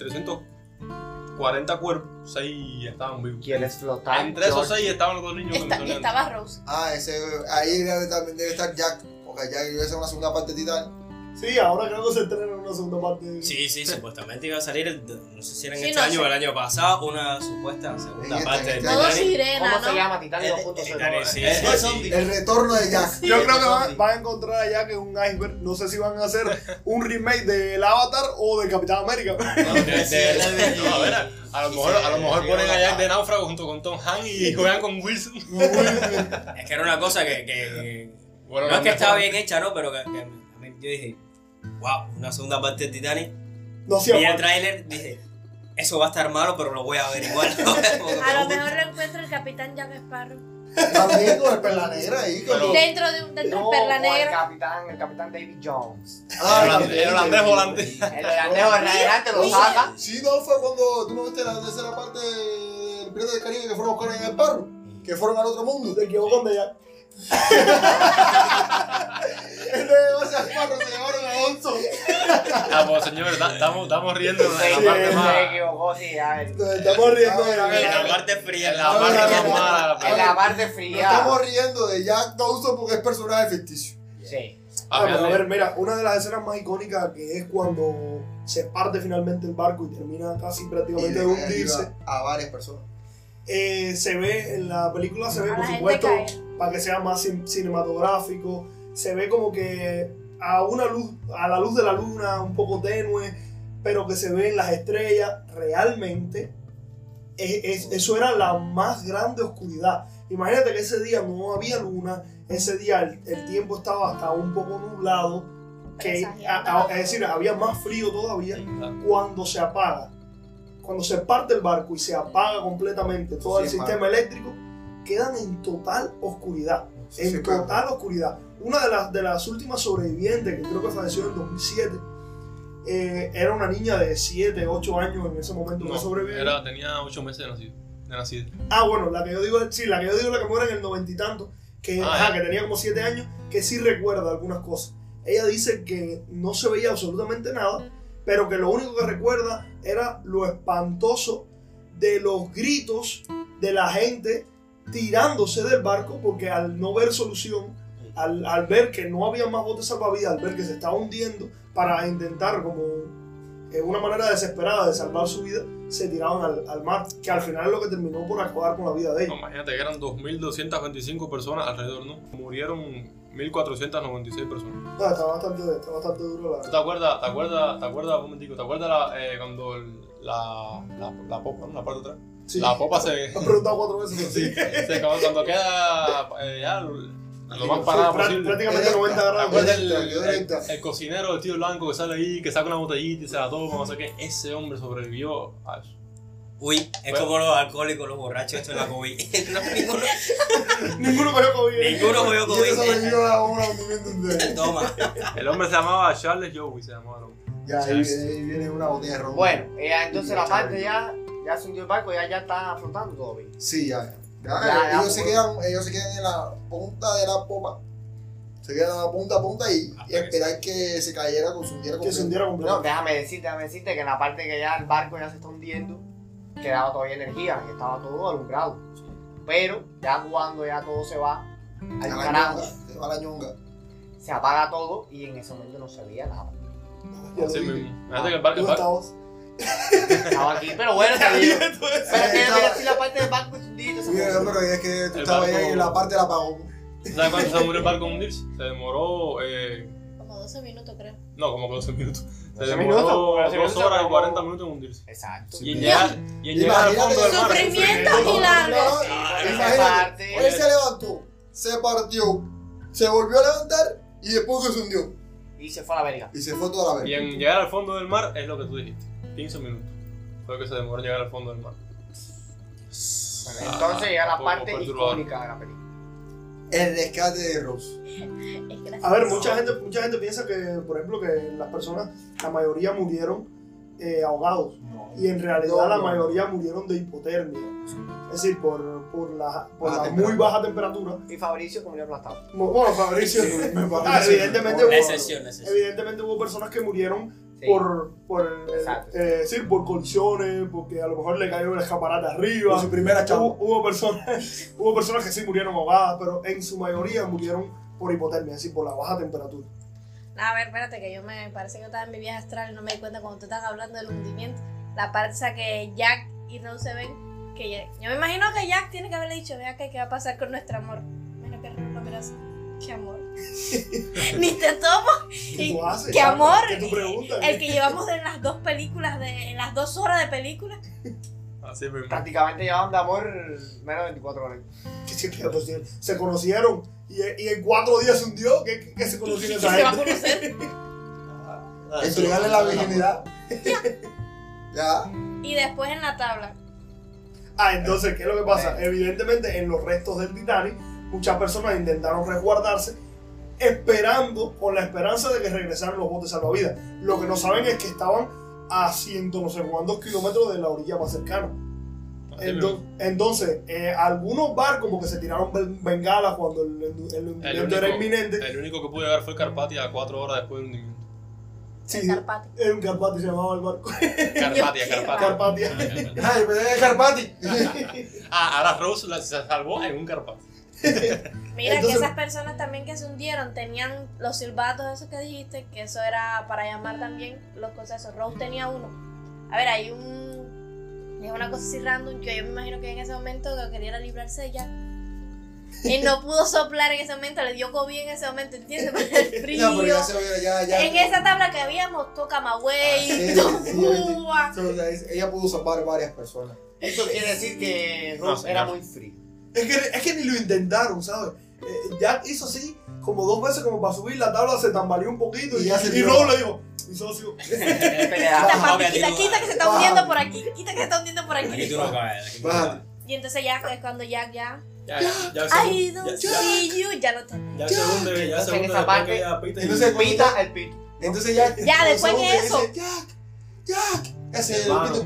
Speaker 5: 340 cuerpos, 6 estaban vivos.
Speaker 2: ¿Quieres flotar?
Speaker 5: Entre esos
Speaker 2: George?
Speaker 5: 6 estaban los dos niños que
Speaker 1: Esta-
Speaker 5: me
Speaker 1: y
Speaker 5: estaba...
Speaker 1: estaba Rose.
Speaker 4: Ah, ese, ahí debe, también debe estar Jack. Porque Jack iba a hacer una segunda parte de Titanic.
Speaker 3: Sí, ahora creo que se estrena una segunda parte. de-
Speaker 6: Sí, sí, supuestamente iba a salir, el- no sé si era en
Speaker 1: Sí,
Speaker 6: este
Speaker 1: no
Speaker 6: año
Speaker 1: sé.
Speaker 6: o el año pasado, una supuesta segunda
Speaker 4: En este,
Speaker 6: parte de
Speaker 4: en este.
Speaker 1: Todo
Speaker 6: Titanic.
Speaker 1: sirena,
Speaker 2: ¿Cómo se
Speaker 1: ¿no?
Speaker 2: llama? Titanic
Speaker 8: Eh,
Speaker 2: 2.0.
Speaker 6: Titanic, sí,
Speaker 8: Eh,
Speaker 6: sí,
Speaker 8: eh,
Speaker 6: sí.
Speaker 8: zombie.
Speaker 4: El retorno de Jack.
Speaker 3: Yo creo que
Speaker 8: zombie.
Speaker 3: van, van a encontrar allá que es un iceberg. No sé si van a hacer un remake del Avatar o de Capitán América.
Speaker 5: No, de- de-
Speaker 8: Sí, él es-
Speaker 5: no, a ver, a- a lo
Speaker 8: Sí,
Speaker 5: mejor, a lo
Speaker 8: sí,
Speaker 5: mejor
Speaker 8: sí,
Speaker 5: ponen a
Speaker 8: hola.
Speaker 5: Jack de náufrago junto con Tom Hanks y juegan con Wilson.
Speaker 6: Es que era una cosa que, que- que-
Speaker 5: Bueno,
Speaker 6: no es que estaba
Speaker 5: mejor-
Speaker 6: bien hecha, ¿no? Pero que, que a mí- yo dije, wow, una segunda parte de Titanic.
Speaker 3: No sé,
Speaker 6: Vi el tráiler, dije, eso va a estar malo, pero lo voy a averiguar.
Speaker 1: A lo mejor reencuentra el capitán Jack Sparrow.
Speaker 4: También con el perla negra ahí. Con
Speaker 2: Pero-
Speaker 4: los-
Speaker 1: Dentro de un dentro
Speaker 2: No,
Speaker 1: de
Speaker 2: o
Speaker 1: Perla
Speaker 2: el
Speaker 1: Negra.
Speaker 2: capitán, el capitán David Jones.
Speaker 5: El
Speaker 4: Ah,
Speaker 5: holandés- el holandés volante.
Speaker 2: El de Andejo de adelante lo
Speaker 4: Oye,
Speaker 2: saca.
Speaker 4: Pues Sí, no, fue cuando tú no viste la tercera parte del Pirata del Caribe que fueron a buscar en el parro, que fueron al otro mundo.
Speaker 3: se equivocó de Jack.
Speaker 4: Entonces, gracias al parro, se llevaron a Onzo.
Speaker 5: Ah, pues señor, da- estamos, estamos riendo
Speaker 2: Se
Speaker 5: en la parte más.
Speaker 2: se equivocó, sí, a ver.
Speaker 3: Nos estamos riendo de
Speaker 4: Ah,
Speaker 3: la
Speaker 6: En la
Speaker 3: cara.
Speaker 6: parte fría,
Speaker 5: En la parte más mala.
Speaker 2: En la parte
Speaker 4: Nos
Speaker 2: fría.
Speaker 4: estamos riendo de Jack Dawson porque es personaje ficticio.
Speaker 2: Sí.
Speaker 3: Ah, pero a
Speaker 5: fíjate.
Speaker 3: ver, mira, una de las escenas más icónicas que es cuando se parte finalmente el barco y termina casi
Speaker 4: Y
Speaker 3: prácticamente
Speaker 4: le
Speaker 3: de
Speaker 4: cae
Speaker 3: hundirse.
Speaker 4: arriba a varias personas.
Speaker 3: Eh, se ve en la película, se ve
Speaker 1: A
Speaker 3: por
Speaker 1: la gente
Speaker 3: supuesto,
Speaker 1: cae.
Speaker 3: para que sea más cin- cinematográfico, se ve como que a una luz, a la luz de la luna, un poco tenue, pero que se ven las estrellas realmente. es- es- eso era la más grande oscuridad. Imagínate que ese día no había luna, ese día el, el tiempo estaba hasta un poco nublado, que, a- a- es decir, había más frío todavía cuando se apaga, cuando se parte el barco y se apaga completamente todo
Speaker 4: Sí,
Speaker 3: el
Speaker 4: es malo.
Speaker 3: sistema eléctrico, quedan en total oscuridad.
Speaker 4: Sí,
Speaker 3: En
Speaker 4: sí, pero-
Speaker 3: total oscuridad. Una de las, de las últimas sobrevivientes, que creo que falleció en 2007, eh, era una niña de 7, 8 años en ese momento, no,
Speaker 5: No,
Speaker 3: sobrevivió.
Speaker 5: era- tenía 8 meses de nacido. De nacido.
Speaker 3: Ah, bueno, la que yo digo, sí, la que yo digo es la que muere en el noventa y tanto, que,
Speaker 5: Ah,
Speaker 3: ajá,
Speaker 5: ya.
Speaker 3: que tenía como siete años, que sí recuerda algunas cosas. Ella dice que no se veía absolutamente nada, pero que lo único que recuerda era lo espantoso de los gritos de la gente tirándose del barco, porque al no ver solución, al, al ver que no había más botes salvavidas, al ver que se estaba hundiendo, para intentar como eh, una manera desesperada de salvar su vida, se tiraban al, al mar, que al final es lo que terminó por acabar con la vida de
Speaker 5: No,
Speaker 3: ellos.
Speaker 5: imagínate que eran 2.225 personas alrededor, ¿no? Murieron 1.496 personas.
Speaker 3: No, está, bastante, está bastante duro
Speaker 5: ¿Tú
Speaker 3: la...
Speaker 5: te acuerdas? ¿Te acuerdas? ¿Te acuerdas? Un momentico. ¿Te acuerdas la, eh, cuando el- la, la, la popa, ¿no? La parte de atrás.
Speaker 3: Sí.
Speaker 5: La popa se...
Speaker 3: Me has preguntado cuatro veces. pero sí.
Speaker 5: se- cuando, cuando queda eh, ya lo, lo más
Speaker 3: Sí,
Speaker 5: parada
Speaker 3: prá-
Speaker 5: posible. ¿Te
Speaker 3: Prácticamente 90 grados.
Speaker 5: acuerdas el,
Speaker 4: Directa,
Speaker 5: el,
Speaker 4: directa.
Speaker 5: el cocinero vestido blanco que sale ahí, que saca una botellita y se la toma, no sé qué? Ese hombre sobrevivió a eso.
Speaker 6: Uy, es como los alcohólicos, los borrachos, esto es la COVID. No, ninguno,
Speaker 3: Ninguno cogió COVID.
Speaker 6: ninguno cogió
Speaker 4: Y eso
Speaker 6: COVID.
Speaker 4: sobrevivió a un hundimiento entero.
Speaker 6: Toma.
Speaker 5: El hombre se llamaba Charles Joey, se llamaba el hombre.
Speaker 4: Ya, ahí, ahí viene una botella de ron.
Speaker 2: Bueno, eh, entonces la parte ya, ya se hundió el barco, ya, ya está flotando todo bien.
Speaker 4: Sí, ya. ya. Ya,
Speaker 2: Ya, ya, pues.
Speaker 4: ellos, se
Speaker 2: por-
Speaker 4: quedan, ellos se quedan en la punta de la popa. Se quedan a la punta, punta y, y
Speaker 6: que
Speaker 4: esperar que se cayera, con su
Speaker 3: Que se hundiera completo.
Speaker 2: No, déjame decirte, déjame decirte que en la parte que ya el barco ya se está hundiendo, quedaba todavía energía y estaba todo alumbrado. Pero ya cuando ya todo se va al
Speaker 4: A la
Speaker 2: carajo,
Speaker 4: ñonga, se va la ñonga.
Speaker 2: se apaga todo y en ese momento no se veía nada.
Speaker 3: Ya lo
Speaker 5: Así
Speaker 3: dije.
Speaker 5: mismo. Imagínate que el barco, el
Speaker 3: Tú
Speaker 5: barco-
Speaker 3: estabas-
Speaker 2: Estaba aquí, pero bueno, te digo. Pero es que yo quería decir la parte de Back
Speaker 4: Mira, pero es que tú
Speaker 5: El
Speaker 4: estabas
Speaker 5: barco-
Speaker 4: ahí en la parte del apagón.
Speaker 5: ¿Sabes cuánto se demoró el barco en hundirse? Se demoró. Eh,
Speaker 1: Como 12 minutos, creo.
Speaker 5: no, como 12 minutos. Se
Speaker 2: 12
Speaker 5: demoró
Speaker 2: minutos, 12
Speaker 5: 2
Speaker 2: minutos,
Speaker 5: horas y
Speaker 2: como-
Speaker 5: 40 minutos en hundirse.
Speaker 2: Exacto.
Speaker 5: Y en llegar, y en llegar al fondo del mar. Ah,
Speaker 1: Sufrimiento y largo.
Speaker 2: Esa
Speaker 4: Imagínate,
Speaker 2: parte.
Speaker 4: él se levantó, se partió, se volvió a levantar y después que se hundió.
Speaker 2: Y se fue a la verga.
Speaker 4: Y se fue toda la
Speaker 5: Y
Speaker 4: vez.
Speaker 5: en llegar al fondo del mar es lo que tú dijiste. 15 minutos. Fue lo que se demoró en llegar al fondo del mar.
Speaker 2: Bueno, entonces llega la
Speaker 5: Ah, poco
Speaker 2: parte
Speaker 5: perturbador.
Speaker 2: icónica de la película.
Speaker 4: El rescate de Rose.
Speaker 1: Es gracioso.
Speaker 3: A ver, mucha gente, mucha gente piensa que, por ejemplo, que las personas, la mayoría murieron eh, ahogados. Y en realidad
Speaker 4: No,
Speaker 3: la
Speaker 4: no.
Speaker 3: mayoría murieron de hipotermia. Es decir, por, por la, por
Speaker 4: Baja
Speaker 3: la
Speaker 4: temperatura.
Speaker 3: muy baja temperatura.
Speaker 2: Y Fabricio como murió aplastado.
Speaker 3: Mo- Bueno, Fabricio,
Speaker 4: me parece.
Speaker 3: ah, evidentemente,
Speaker 6: La
Speaker 3: hubo,
Speaker 6: excepción, la excepción.
Speaker 3: evidentemente hubo personas que murieron
Speaker 2: Sí.
Speaker 3: por, por, el-
Speaker 2: Exacto.
Speaker 3: eh, es decir, por colchones, porque a lo mejor le cayó el escaparate arriba.
Speaker 4: Por su primera chapa.
Speaker 3: Hubo, hubo personas, hubo personas que sí murieron ahogadas, pero en su mayoría murieron por hipotermia, es decir, por la baja temperatura.
Speaker 1: A ver, espérate, que yo me parece que yo estaba en mi viaje astral y no me di cuenta cuando tú estabas hablando del hundimiento. La parte esa que Jack y Rose se ven. Que ya- yo me imagino que Jack tiene que haberle dicho: Vea que qué va a pasar con nuestro amor. Menos que Rose lo mira así. Qué amor. Ni te tomo.
Speaker 3: ¿Qué tú haces?
Speaker 1: qué amor.
Speaker 3: ¿Qué tú preguntas?
Speaker 1: El que llevamos de las dos películas, de en las dos horas de película.
Speaker 5: Así mismo.
Speaker 2: Prácticamente llevaban de amor menos de 24 horas.
Speaker 3: Que se- que se- se conocieron y, y en cuatro días se hundió. ¿Qué, qué- qué se conocieron
Speaker 1: ¿Qué
Speaker 3: esa
Speaker 1: se va a
Speaker 3: gente?
Speaker 1: conocer?
Speaker 4: Entregarle la virginidad. Ya.
Speaker 1: Y después en la tabla.
Speaker 3: Ah, entonces, ¿qué es lo que pasa? Evidentemente, en los restos del Titanic, muchas personas intentaron resguardarse esperando, con la esperanza de que regresaran los botes salvavidas. Lo que no saben es que estaban a ciento no sé cuántos kilómetros de la orilla más cercana.
Speaker 5: Así mismo.
Speaker 3: Ento- Entonces, eh, algunos barcos como que se tiraron ben- bengalas cuando el, el- el hundimiento era
Speaker 5: único-
Speaker 3: inminente.
Speaker 5: El único que pude llegar fue el Carpatia a 4 horas después del hundimiento.
Speaker 3: Sí,
Speaker 1: El Carpati.
Speaker 3: era un Carpati, se llamaba el barco.
Speaker 5: Carpatia,
Speaker 4: Ah.
Speaker 5: Carpatia.
Speaker 3: Carpatia.
Speaker 1: pues,
Speaker 4: Ay, pero es Carpati.
Speaker 5: Ah, ahora Rose la- se salvó en un Carpatia.
Speaker 1: Mira
Speaker 3: Entonces-
Speaker 1: que esas personas también que se hundieron tenían los silbatos esos que dijiste, que eso era para llamar también los concesos. Rose tenía uno. A ver, hay un... Es una cosa así random que yo me imagino que en ese momento que quería era librarse de Jack. Y no pudo soplar en ese momento, le dio COVID en ese momento, ¿entiendes? Por el frío.
Speaker 4: Ya, pero ya se ve, ya, ya.
Speaker 1: en esa tabla que habíamos, toca Camagüey,
Speaker 4: Sí,
Speaker 1: Don
Speaker 4: sí,
Speaker 1: Cuba.
Speaker 4: So, ya es- Ella pudo salvar varias personas.
Speaker 2: Eso quiere decir que
Speaker 5: No,
Speaker 2: Rose
Speaker 5: señor.
Speaker 2: era muy free.
Speaker 3: Es que, es que ni lo intentaron, ¿sabes? Eh, Jack hizo así, como dos veces, como para subir la tabla, se tambaleó un poquito y,
Speaker 4: Y ya se
Speaker 3: y
Speaker 4: tiró.
Speaker 3: Rob le dijo, mi socio,
Speaker 4: Ah,
Speaker 2: Peleaba.
Speaker 1: Quita, papi,
Speaker 6: Bájate,
Speaker 1: quita,
Speaker 6: tú,
Speaker 1: quita que se está
Speaker 4: bájate.
Speaker 1: hundiendo por aquí, quita que se está hundiendo por
Speaker 6: Aquí
Speaker 1: aquí.
Speaker 6: tú no caes. aquí tú no
Speaker 4: Bájate.
Speaker 6: caes.
Speaker 1: Y entonces ya es cuando Jack ya...
Speaker 5: Ya, ya, ya.
Speaker 1: I don't see you. Ya lo tengo.
Speaker 5: Ya segundo, ya
Speaker 2: Entonces, en
Speaker 5: segundo
Speaker 2: esa
Speaker 5: después
Speaker 2: parte-
Speaker 5: que ella pita y-
Speaker 4: Entonces,
Speaker 2: Pita el pito.
Speaker 4: Entonces ya.
Speaker 1: Ya, después
Speaker 4: que
Speaker 1: de eso.
Speaker 4: Jack, Jack. Ese el
Speaker 5: Hermano.
Speaker 4: pito.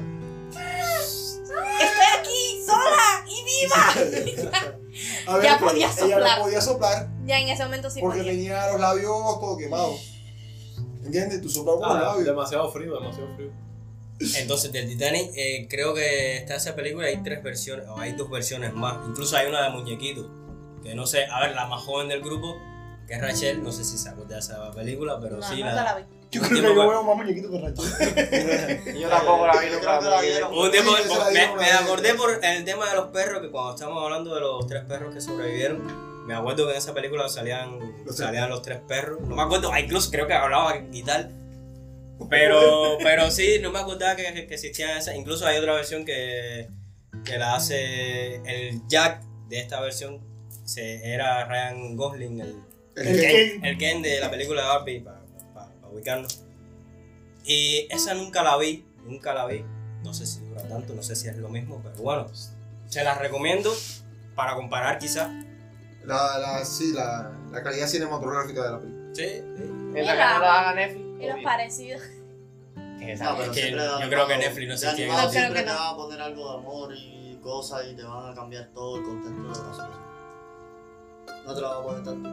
Speaker 1: Estoy aquí sola y viva.
Speaker 4: A
Speaker 1: Ya
Speaker 4: pero
Speaker 1: podía
Speaker 4: Ella
Speaker 1: soplar.
Speaker 4: no podía soplar
Speaker 1: ya en ese momento sí
Speaker 4: porque
Speaker 1: podía.
Speaker 4: tenía los labios todo quemados. ¿Entiendes? Tú soplas por los
Speaker 5: Ah,
Speaker 4: labios.
Speaker 5: demasiado frío, demasiado frío.
Speaker 6: Entonces, del Titanic, eh, creo que está esa película. Hay tres versiones, o hay dos versiones más. Incluso hay una de muñequito. Que no sé, a ver, la más joven del grupo, que es Rachel. No sé si se acuerda de esa película, pero
Speaker 1: No,
Speaker 6: sí.
Speaker 1: no
Speaker 6: la-
Speaker 1: te la vi.
Speaker 3: yo
Speaker 6: Un
Speaker 3: creo que
Speaker 6: tiempo
Speaker 3: yo
Speaker 6: que-
Speaker 3: veo más muñequito que Rachel.
Speaker 2: Yo tampoco la vi
Speaker 8: Yo
Speaker 2: nunca.
Speaker 8: creo que la vieron.
Speaker 6: Un tiempo-
Speaker 4: Sí, esa la
Speaker 6: me,
Speaker 4: vimos,
Speaker 6: me
Speaker 4: la vimos.
Speaker 6: acordé por el tema de los perros, que cuando estábamos hablando de los tres perros que sobrevivieron, me acuerdo que en esa película salían
Speaker 4: Los
Speaker 6: los,
Speaker 4: tres.
Speaker 6: salían los tres perros. No me acuerdo, ah, incluso creo que hablaba y tal. Pero, pero sí, no me acordaba que, que existían esas. Incluso hay otra versión que, que la hace el Jack de esta versión. Se, era Ryan Gosling, el,
Speaker 4: El
Speaker 3: El
Speaker 4: que-
Speaker 3: que-
Speaker 6: el Ken de la película de Barbie, para ubicarnos. Y esa nunca la vi, nunca la vi. No sé si dura tanto, no sé si es lo mismo, pero bueno, se las recomiendo para comparar quizás.
Speaker 4: La, la, sí, la, la calidad cinematográfica de la película.
Speaker 6: Sí,
Speaker 2: Mientras que no la haga Netflix.
Speaker 1: Y los
Speaker 2: obvio.
Speaker 1: parecidos.
Speaker 8: No, pero
Speaker 6: Es que
Speaker 8: siempre de
Speaker 6: yo
Speaker 8: animado-
Speaker 6: creo que Netflix no
Speaker 8: de
Speaker 6: se tiene.
Speaker 8: animado
Speaker 1: No creo
Speaker 8: siempre
Speaker 1: que no.
Speaker 8: te van a poner algo de amor y cosas y te van a cambiar todo el contexto de la situación. No te lo van a poner tanto.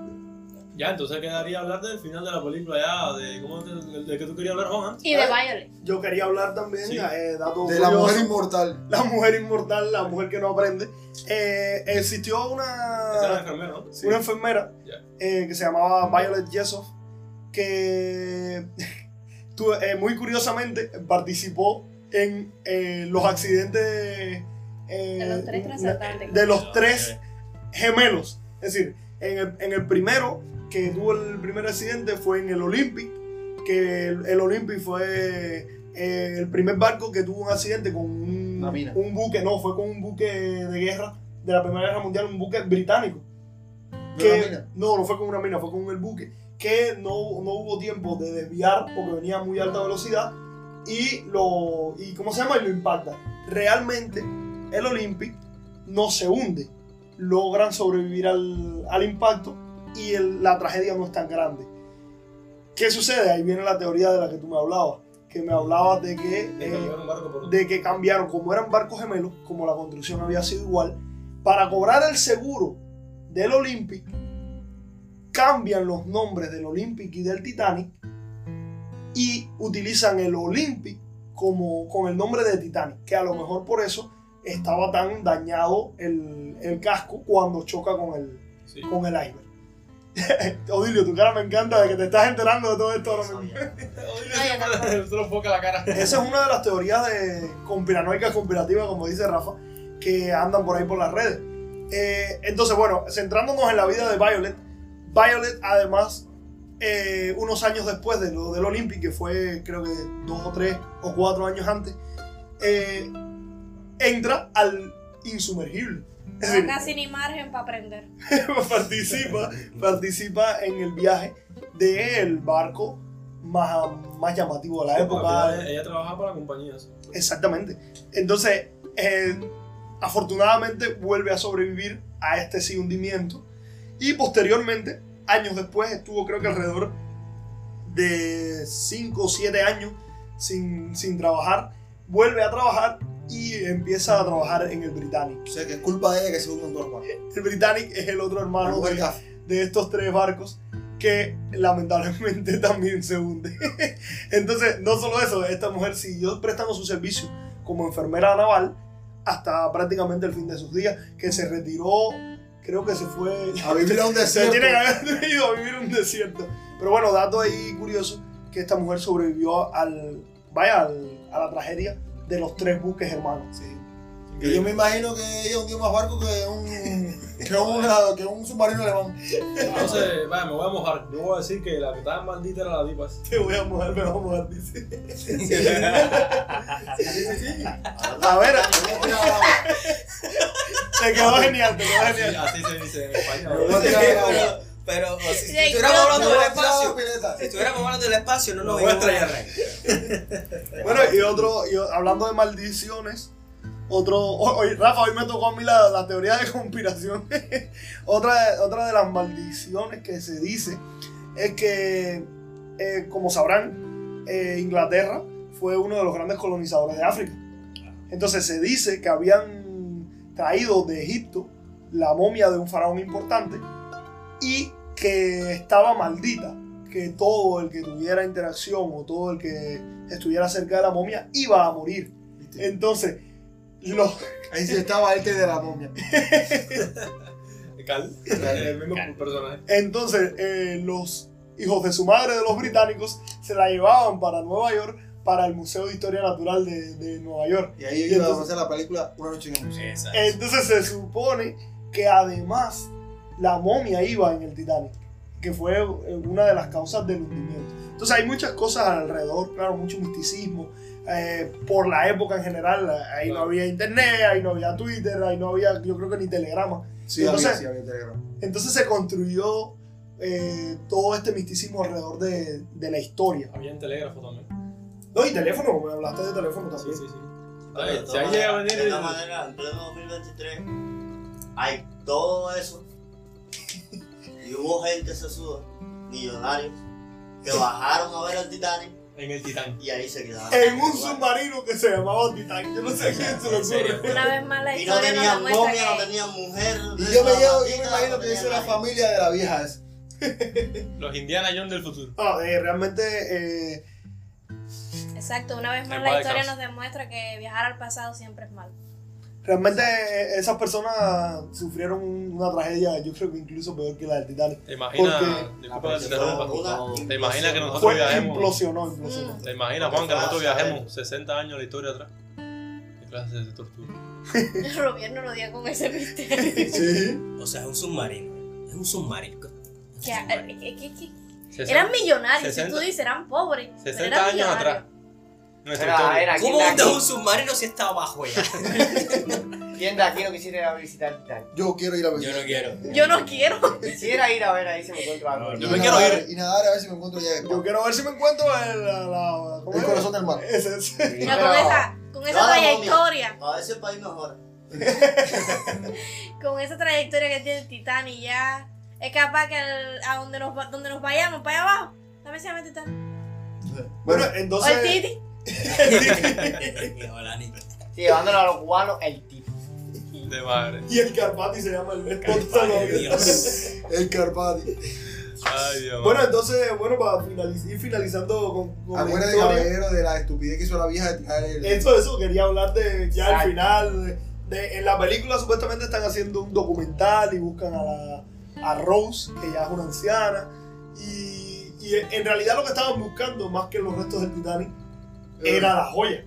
Speaker 5: Ya, entonces quedaría hablar del final de la película ya, de cómo te- de, de que tú querías hablar, Juan, antes.
Speaker 1: Y de Violet.
Speaker 3: Yo quería hablar también,
Speaker 5: Sí.
Speaker 3: eh, dato
Speaker 4: De la
Speaker 3: curioso,
Speaker 4: mujer inmortal.
Speaker 3: la mujer inmortal, la mujer que no aprende. Eh, existió
Speaker 5: Esa era la
Speaker 3: una,
Speaker 5: enfermera, ¿no?
Speaker 3: una enfermera
Speaker 5: Ya.
Speaker 3: eh, que se llamaba Violet Jessoff, que tu- eh, muy curiosamente participó en eh, los accidentes eh,
Speaker 1: De los tres transatlánticos.
Speaker 3: de los tres gemelos. Es decir, en el, en el primero que tuvo el primer accidente fue en el Olympic, que el, el Olympic fue eh, el primer barco que tuvo un accidente con un,
Speaker 2: Una mina.
Speaker 3: un buque, no, fue con un buque de guerra de la Primera Guerra Mundial, un buque británico.
Speaker 4: una
Speaker 3: Que,
Speaker 4: mina?
Speaker 3: no, no fue con una mina, fue con el buque. Que no, no hubo tiempo de desviar porque venía a muy alta velocidad y lo y cómo se llama y lo impacta realmente el Olympic no se hunde logran sobrevivir al, al impacto y el- la tragedia no es tan grande qué sucede ahí viene la teoría de la que tú me hablabas que me hablabas de que
Speaker 5: Le
Speaker 3: eh,
Speaker 5: cambiaron un barco por-
Speaker 3: de que cambiaron, como eran barcos gemelos, como la construcción había sido igual, para cobrar el seguro del Olympic, cambian los nombres del Olympic y del Titanic y utilizan el Olympic como con el nombre de Titanic, que a lo mejor por eso estaba tan dañado el, el casco cuando choca con el,
Speaker 5: Sí.
Speaker 3: con el iceberg. Odilio, tu cara me encanta de que te estás enterando de todo esto ahora mismo.
Speaker 5: Se lo foca la cara.
Speaker 3: Esa es una de las teorías de conspiranoicas, conspirativas, como dice Rafa, que andan por ahí por las redes. Eh, entonces, bueno, centrándonos en la vida de Violet, Violet además, eh, unos años después de lo del Olympic, que fue creo que dos o tres o cuatro años antes, eh, entra al insumergible. Es
Speaker 1: No
Speaker 3: decir,
Speaker 1: casi ni margen para aprender.
Speaker 3: participa, participa en el viaje del barco más, más llamativo de la época.
Speaker 5: Ella, ella trabajaba para la compañía. sí.
Speaker 3: Exactamente. Entonces, eh, afortunadamente vuelve a sobrevivir a este sí hundimiento. Y posteriormente, años después, estuvo creo que alrededor de 5 o 7 años sin, sin trabajar. Vuelve a trabajar y empieza a trabajar en el Britannic.
Speaker 4: O sea, que es culpa de ella que se hundan todos los barcos.
Speaker 3: El Britannic es el otro
Speaker 4: La
Speaker 3: hermano
Speaker 4: mujer
Speaker 3: de,
Speaker 4: gafa.
Speaker 3: de estos tres barcos que lamentablemente también se hunde. Entonces, no solo eso, esta mujer siguió prestando su servicio como enfermera naval hasta prácticamente el fin de sus días, que se retiró, creo que se fue...
Speaker 4: A vivir a un
Speaker 3: se
Speaker 4: desierto.
Speaker 3: tiene que haber ido a vivir en un desierto. Pero bueno, dato ahí curioso, que esta mujer sobrevivió al... Vaya, al- a la tragedia de los tres buques hermanos.
Speaker 4: Sí. Que yo me imagino que ella hundió más barco que un, que una- que un submarino alemán.
Speaker 5: Entonces, vaya, me voy a mojar. Yo voy a decir que la que estaba maldita era la dipa. esa.
Speaker 3: Te voy a mojar, me voy a mojar, dice.
Speaker 4: Sí, sí, sí.
Speaker 3: A ver,
Speaker 4: Yo voy a-
Speaker 3: te quedó genial, te quedó
Speaker 5: Así,
Speaker 3: genial.
Speaker 5: así se dice en España.
Speaker 4: yo voy a tirar la-
Speaker 6: pero, pero o si, si
Speaker 1: Sí,
Speaker 6: estuviéramos
Speaker 1: yo-
Speaker 6: hablando
Speaker 4: yo voy
Speaker 6: del
Speaker 4: a tirar la
Speaker 6: espacio,
Speaker 4: pileta.
Speaker 6: si estuviéramos hablando del espacio, no nos
Speaker 5: voy a
Speaker 6: íbamos
Speaker 5: estrellar.
Speaker 3: Bueno, y otro, y o- hablando de maldiciones, otro. o- Oye, Rafa, hoy me tocó a mí la, la teoría de conspiración. otra, otra de las maldiciones que se dice es que, eh, como sabrán, eh, Inglaterra fue uno de los grandes colonizadores de África. Entonces se dice que habían traído de Egipto la momia de un faraón importante y que estaba maldita, que todo el que tuviera interacción o todo el que estuviera cerca de la momia iba a morir.
Speaker 4: ¿Viste?
Speaker 3: Entonces, los,
Speaker 4: Ahí sí estaba este de la momia.
Speaker 5: Cal, el mismo personaje.
Speaker 3: entonces eh, los hijos de su madre de los británicos se la llevaban para Nueva York, para el Museo de Historia Natural de, de Nueva York.
Speaker 4: Y ahí
Speaker 3: Y
Speaker 4: iba a
Speaker 3: entonces-
Speaker 4: conocer la película Una noche en el museo.
Speaker 6: Exacto.
Speaker 3: Entonces se supone que además la momia iba en el Titanic, que fue eh, una de las causas del hundimiento. Entonces hay muchas cosas alrededor, claro, mucho misticismo. eh, por la época en general, ahí no
Speaker 5: Claro.
Speaker 3: había internet, ahí no había Twitter, ahí no había, yo creo que ni telegrama.
Speaker 4: Sí,
Speaker 3: Entonces-
Speaker 4: había, sí, había telegrama.
Speaker 3: Entonces se construyó eh, todo este misticismo alrededor de, de la historia.
Speaker 5: Había en telégrafo también.
Speaker 3: No, y teléfono, me hablaste de teléfono
Speaker 5: Sí,
Speaker 3: también.
Speaker 5: sí, sí.
Speaker 8: Oye, de
Speaker 5: Oye, si
Speaker 8: todas
Speaker 5: ahí llega a
Speaker 8: maneras-
Speaker 5: venir
Speaker 8: De todas
Speaker 5: el.
Speaker 8: maneras, en pleno 2023 hay todo eso. Y hubo gente sesuda, millonarios, que bajaron a ver al Titanic
Speaker 5: En el Titán.
Speaker 8: y ahí se quedaron.
Speaker 3: En un submarino que se llamaba Titanic. Yo no sé a quién se lo
Speaker 5: Eh,
Speaker 6: En serio.
Speaker 3: ocurre.
Speaker 1: Una vez más la
Speaker 8: Y no
Speaker 1: historia nos
Speaker 8: tenían
Speaker 1: demuestra
Speaker 8: novia, no
Speaker 1: que
Speaker 8: tenían mujer. no
Speaker 4: Y yo me
Speaker 8: tenían
Speaker 4: llevo, yo me
Speaker 8: maldita,
Speaker 4: imagino
Speaker 8: no
Speaker 4: que dice
Speaker 8: tenían
Speaker 4: la
Speaker 8: nadie.
Speaker 4: familia de la vieja esa.
Speaker 5: Los Indiana Jones del futuro.
Speaker 3: Ah, eh, realmente eh,
Speaker 1: Exacto, una vez más
Speaker 5: En
Speaker 1: la
Speaker 5: paz
Speaker 1: historia
Speaker 5: descanse.
Speaker 1: nos demuestra que viajar al pasado siempre es malo.
Speaker 3: Realmente eh, esas personas sufrieron una tragedia, yo creo que incluso peor que la del Titanic.
Speaker 5: Te imaginas,
Speaker 3: Porque-
Speaker 5: disculpa que te
Speaker 8: Fue
Speaker 5: interrumpa,
Speaker 8: una
Speaker 5: te imaginas que nosotros
Speaker 3: Fue
Speaker 5: viajemos,
Speaker 3: implosionó, implosionó.
Speaker 6: Mm.
Speaker 5: te imaginas Juan que nosotros viajemos 60 años de la historia atrás. ¿Qué clase de tortura?
Speaker 1: El gobierno lo dio con ese misterio.
Speaker 3: Sí.
Speaker 6: O sea, es un submarino. Es un submarino.
Speaker 1: Que- eh, que- que- que- Eran
Speaker 5: 60,
Speaker 1: millonarios, si tú
Speaker 5: sesenta-
Speaker 1: dices, eran pobres. pero
Speaker 5: 60
Speaker 1: eran
Speaker 5: años
Speaker 1: millonarios.
Speaker 5: atrás. Nuestra
Speaker 2: Era,
Speaker 5: historia.
Speaker 2: era, ¿quién,
Speaker 6: ¿Cómo
Speaker 2: de
Speaker 6: montas un
Speaker 2: aquí,
Speaker 6: submarino si está abajo ya?
Speaker 2: ¿Quién de aquí no quisiera ir a visitar el Titanic?
Speaker 4: Yo quiero ir a ver.
Speaker 6: Yo no quiero.
Speaker 1: Yo no quiero.
Speaker 2: Quisiera ir a ver ahí si me encuentro algo.
Speaker 6: No,
Speaker 4: Y
Speaker 6: Yo me
Speaker 4: nadar-
Speaker 5: quiero
Speaker 4: Y nadar a ver si me encuentro ya.
Speaker 3: Yo quiero ver si me encuentro el, la, la- ¿cómo
Speaker 4: El
Speaker 3: es?
Speaker 4: corazón del mar.
Speaker 3: Ese, ese.
Speaker 1: No, con esa, con esa
Speaker 8: No, no,
Speaker 1: trayectoria,
Speaker 8: A veces país mejora.
Speaker 1: con esa trayectoria que tiene el Titanic ya es capaz que al- a donde nos, va- donde nos vayamos, para allá abajo, también se llama el Titanic.
Speaker 3: Bueno,
Speaker 1: O el
Speaker 3: entonces.
Speaker 1: Titi.
Speaker 6: Hola, Nico.
Speaker 2: Sí, llevándolo a los cubanos, el tipo.
Speaker 5: De madre.
Speaker 3: Y el Carpati se llama el el
Speaker 6: Ay, Dios.
Speaker 4: El Carpati.
Speaker 5: Ay, Dios.
Speaker 3: Bueno, entonces, bueno, para finaliz- ir finalizando con, con la
Speaker 4: Acuérdate,
Speaker 3: historia.
Speaker 4: caballero, de la estupidez que hizo la vieja de tirar el.
Speaker 3: Eso, eso, quería hablar de ya
Speaker 2: Exacto.
Speaker 3: al final. de- de- en la película supuestamente están haciendo un documental y buscan a, la- a Rose, que ya es una anciana. Y, y en realidad lo que estaban buscando, más que los restos del Titanic,
Speaker 5: Eh.
Speaker 3: era la joya,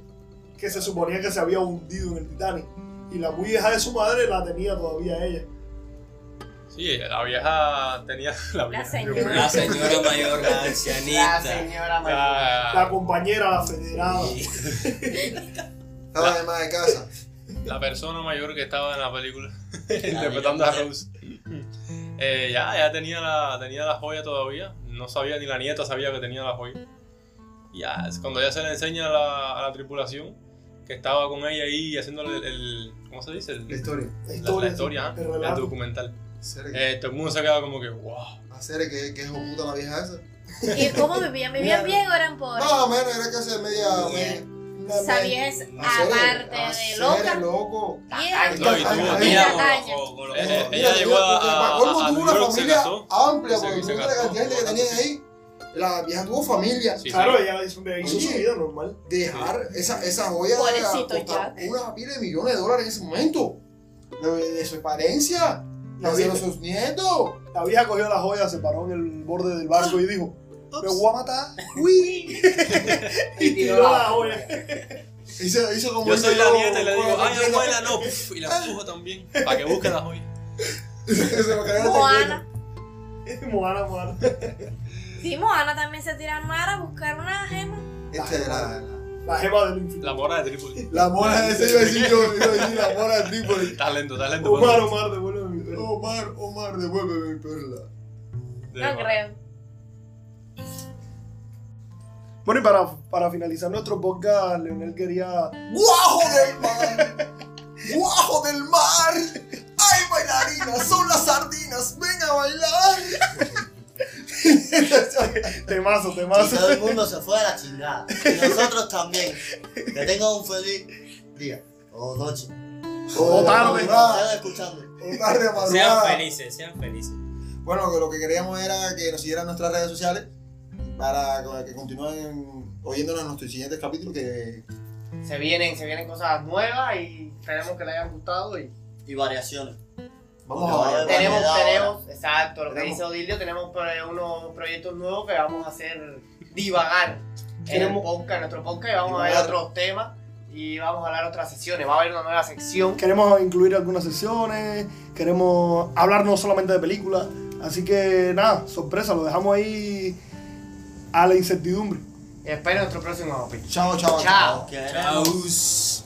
Speaker 3: que se suponía que se había hundido en el Titanic. Y la muy vieja de su madre la tenía todavía ella.
Speaker 5: Sí, la vieja tenía la vieja.
Speaker 1: señora.
Speaker 5: Dios mío.
Speaker 6: La señora mayor, la
Speaker 2: La
Speaker 6: ancianita.
Speaker 2: señora mayor.
Speaker 5: La,
Speaker 3: La compañera, la federada.
Speaker 4: Estaba de más de casa.
Speaker 5: la persona mayor que estaba en la película interpretando a Rose. Eh, ya, ya tenía la, tenía la joya todavía. No sabía, ni la nieta sabía que tenía la joya. Ya, es cuando ya se le enseña a la, a la tripulación que estaba con ella ahí haciéndole el, el- ¿cómo se dice? El-
Speaker 4: La
Speaker 3: La
Speaker 4: historia.
Speaker 5: la, la
Speaker 3: historia,
Speaker 5: historia,
Speaker 3: el
Speaker 5: ajá, el
Speaker 3: relato.
Speaker 5: documental.
Speaker 4: Hacer que,
Speaker 5: Eh, todo el mundo se ha quedado como que, wow.
Speaker 4: hacer que, que es puta la vieja esa.
Speaker 1: ¿Y cómo vivían? ¿Vivían bien o eran pobres?
Speaker 4: No, menos era casa de media. media- una-
Speaker 1: Esa vieja es
Speaker 4: hacer-
Speaker 1: aparte de
Speaker 4: hacer
Speaker 1: loca.
Speaker 4: loco.
Speaker 1: vieja.
Speaker 5: No, y tuvo-
Speaker 1: Ay,
Speaker 6: Mira,
Speaker 1: ay,
Speaker 6: con
Speaker 1: ay.
Speaker 6: los ojos, con los
Speaker 5: Eh,
Speaker 6: ojos.
Speaker 5: eh, ella llegó a- a-
Speaker 4: Porque Colmo
Speaker 5: a- a
Speaker 4: tuvo
Speaker 5: New
Speaker 4: una
Speaker 5: York, se
Speaker 4: familia
Speaker 5: casó.
Speaker 4: amplia,
Speaker 5: Se-
Speaker 4: porque
Speaker 5: se
Speaker 4: tuvo la
Speaker 5: casó.
Speaker 4: cantidad de gente que tenía ahí. La vieja tuvo familia.
Speaker 5: Sí,
Speaker 3: Claro,
Speaker 5: sí.
Speaker 3: ella hizo, hizo su
Speaker 4: Oye.
Speaker 3: vida normal.
Speaker 4: Dejar esa, esa joya
Speaker 1: Pobrecito
Speaker 4: costaba
Speaker 1: Jack.
Speaker 4: una pila de millones de dólares en ese momento. Lo De, de su herencia,
Speaker 3: La
Speaker 4: la
Speaker 3: vida.
Speaker 4: de sus nietos.
Speaker 3: La vieja cogió la joya, se paró en el borde del barco y dijo, me voy a matar. Uy. y tiró la joya.
Speaker 4: Hizo, hizo como
Speaker 5: Yo
Speaker 4: hizo
Speaker 5: soy la
Speaker 4: yo
Speaker 5: nieta y le
Speaker 4: con
Speaker 5: digo,
Speaker 4: la
Speaker 5: ay,
Speaker 4: nieta".
Speaker 5: abuela, no. Puf, Y la empujo también, para que busque la joya.
Speaker 4: Se lo cargaron
Speaker 1: Moana.
Speaker 3: Moana, Moana.
Speaker 1: Sí, Moana también se tira al mar a buscar una gema.
Speaker 4: también. Este, la, la,
Speaker 3: La gema del infierno.
Speaker 5: La mora de Trípoli.
Speaker 4: la mora de ese iba a decir yo, iba a decir la mora de Trípoli.
Speaker 5: Estás lento, estás lento.
Speaker 3: Omar, Omar, devuélveme mi perro.
Speaker 4: Omar, Omar, devuélveme mi perla.
Speaker 5: De
Speaker 1: No
Speaker 5: madre.
Speaker 1: creo.
Speaker 3: Bueno, y para, para finalizar nuestro podcast, Leonel quería...
Speaker 4: ¡Guajo del mar! ¡Guajo del mar! ¡Ay, bailarinas! ¡Son las sardinas! ¡Ven a bailar!
Speaker 3: Temazo,
Speaker 8: Y
Speaker 3: temazo.
Speaker 8: todo el mundo se fue a la chingada. Y nosotros también. Que tengan un feliz día o noche.
Speaker 3: O tarde.
Speaker 8: Nos están escuchando.
Speaker 4: O tarde o
Speaker 6: Sean
Speaker 4: madrugada.
Speaker 6: felices, sean felices.
Speaker 4: Bueno, que lo que queríamos era que nos siguieran en nuestras redes sociales para que continúen oyéndonos en nuestros siguientes capítulos que
Speaker 2: Se vienen, se vienen cosas nuevas y esperemos que les hayan gustado y
Speaker 8: Y variaciones.
Speaker 4: vamos
Speaker 8: Porque
Speaker 4: a
Speaker 8: va a
Speaker 4: ver.
Speaker 8: haber
Speaker 2: tenemos,
Speaker 8: variedad ahora.
Speaker 2: tenemos, exacto, lo que
Speaker 4: Tenemos.
Speaker 2: dice Odilio, tenemos pro- unos proyectos nuevos que vamos a hacer divagar en el
Speaker 3: Queremos-
Speaker 2: podcast, en nuestro podcast y vamos a ver
Speaker 4: Divagar.
Speaker 2: otros temas y vamos a hablar otras sesiones, va a haber una nueva sección.
Speaker 3: Queremos incluir algunas sesiones, queremos hablar no solamente de películas. Así que nada, sorpresa, lo dejamos ahí a la incertidumbre.
Speaker 2: Espero nuestro próximo capítulo.
Speaker 4: Chao, chao,
Speaker 2: Chao.
Speaker 4: chao.
Speaker 8: Queremos
Speaker 6: Chau.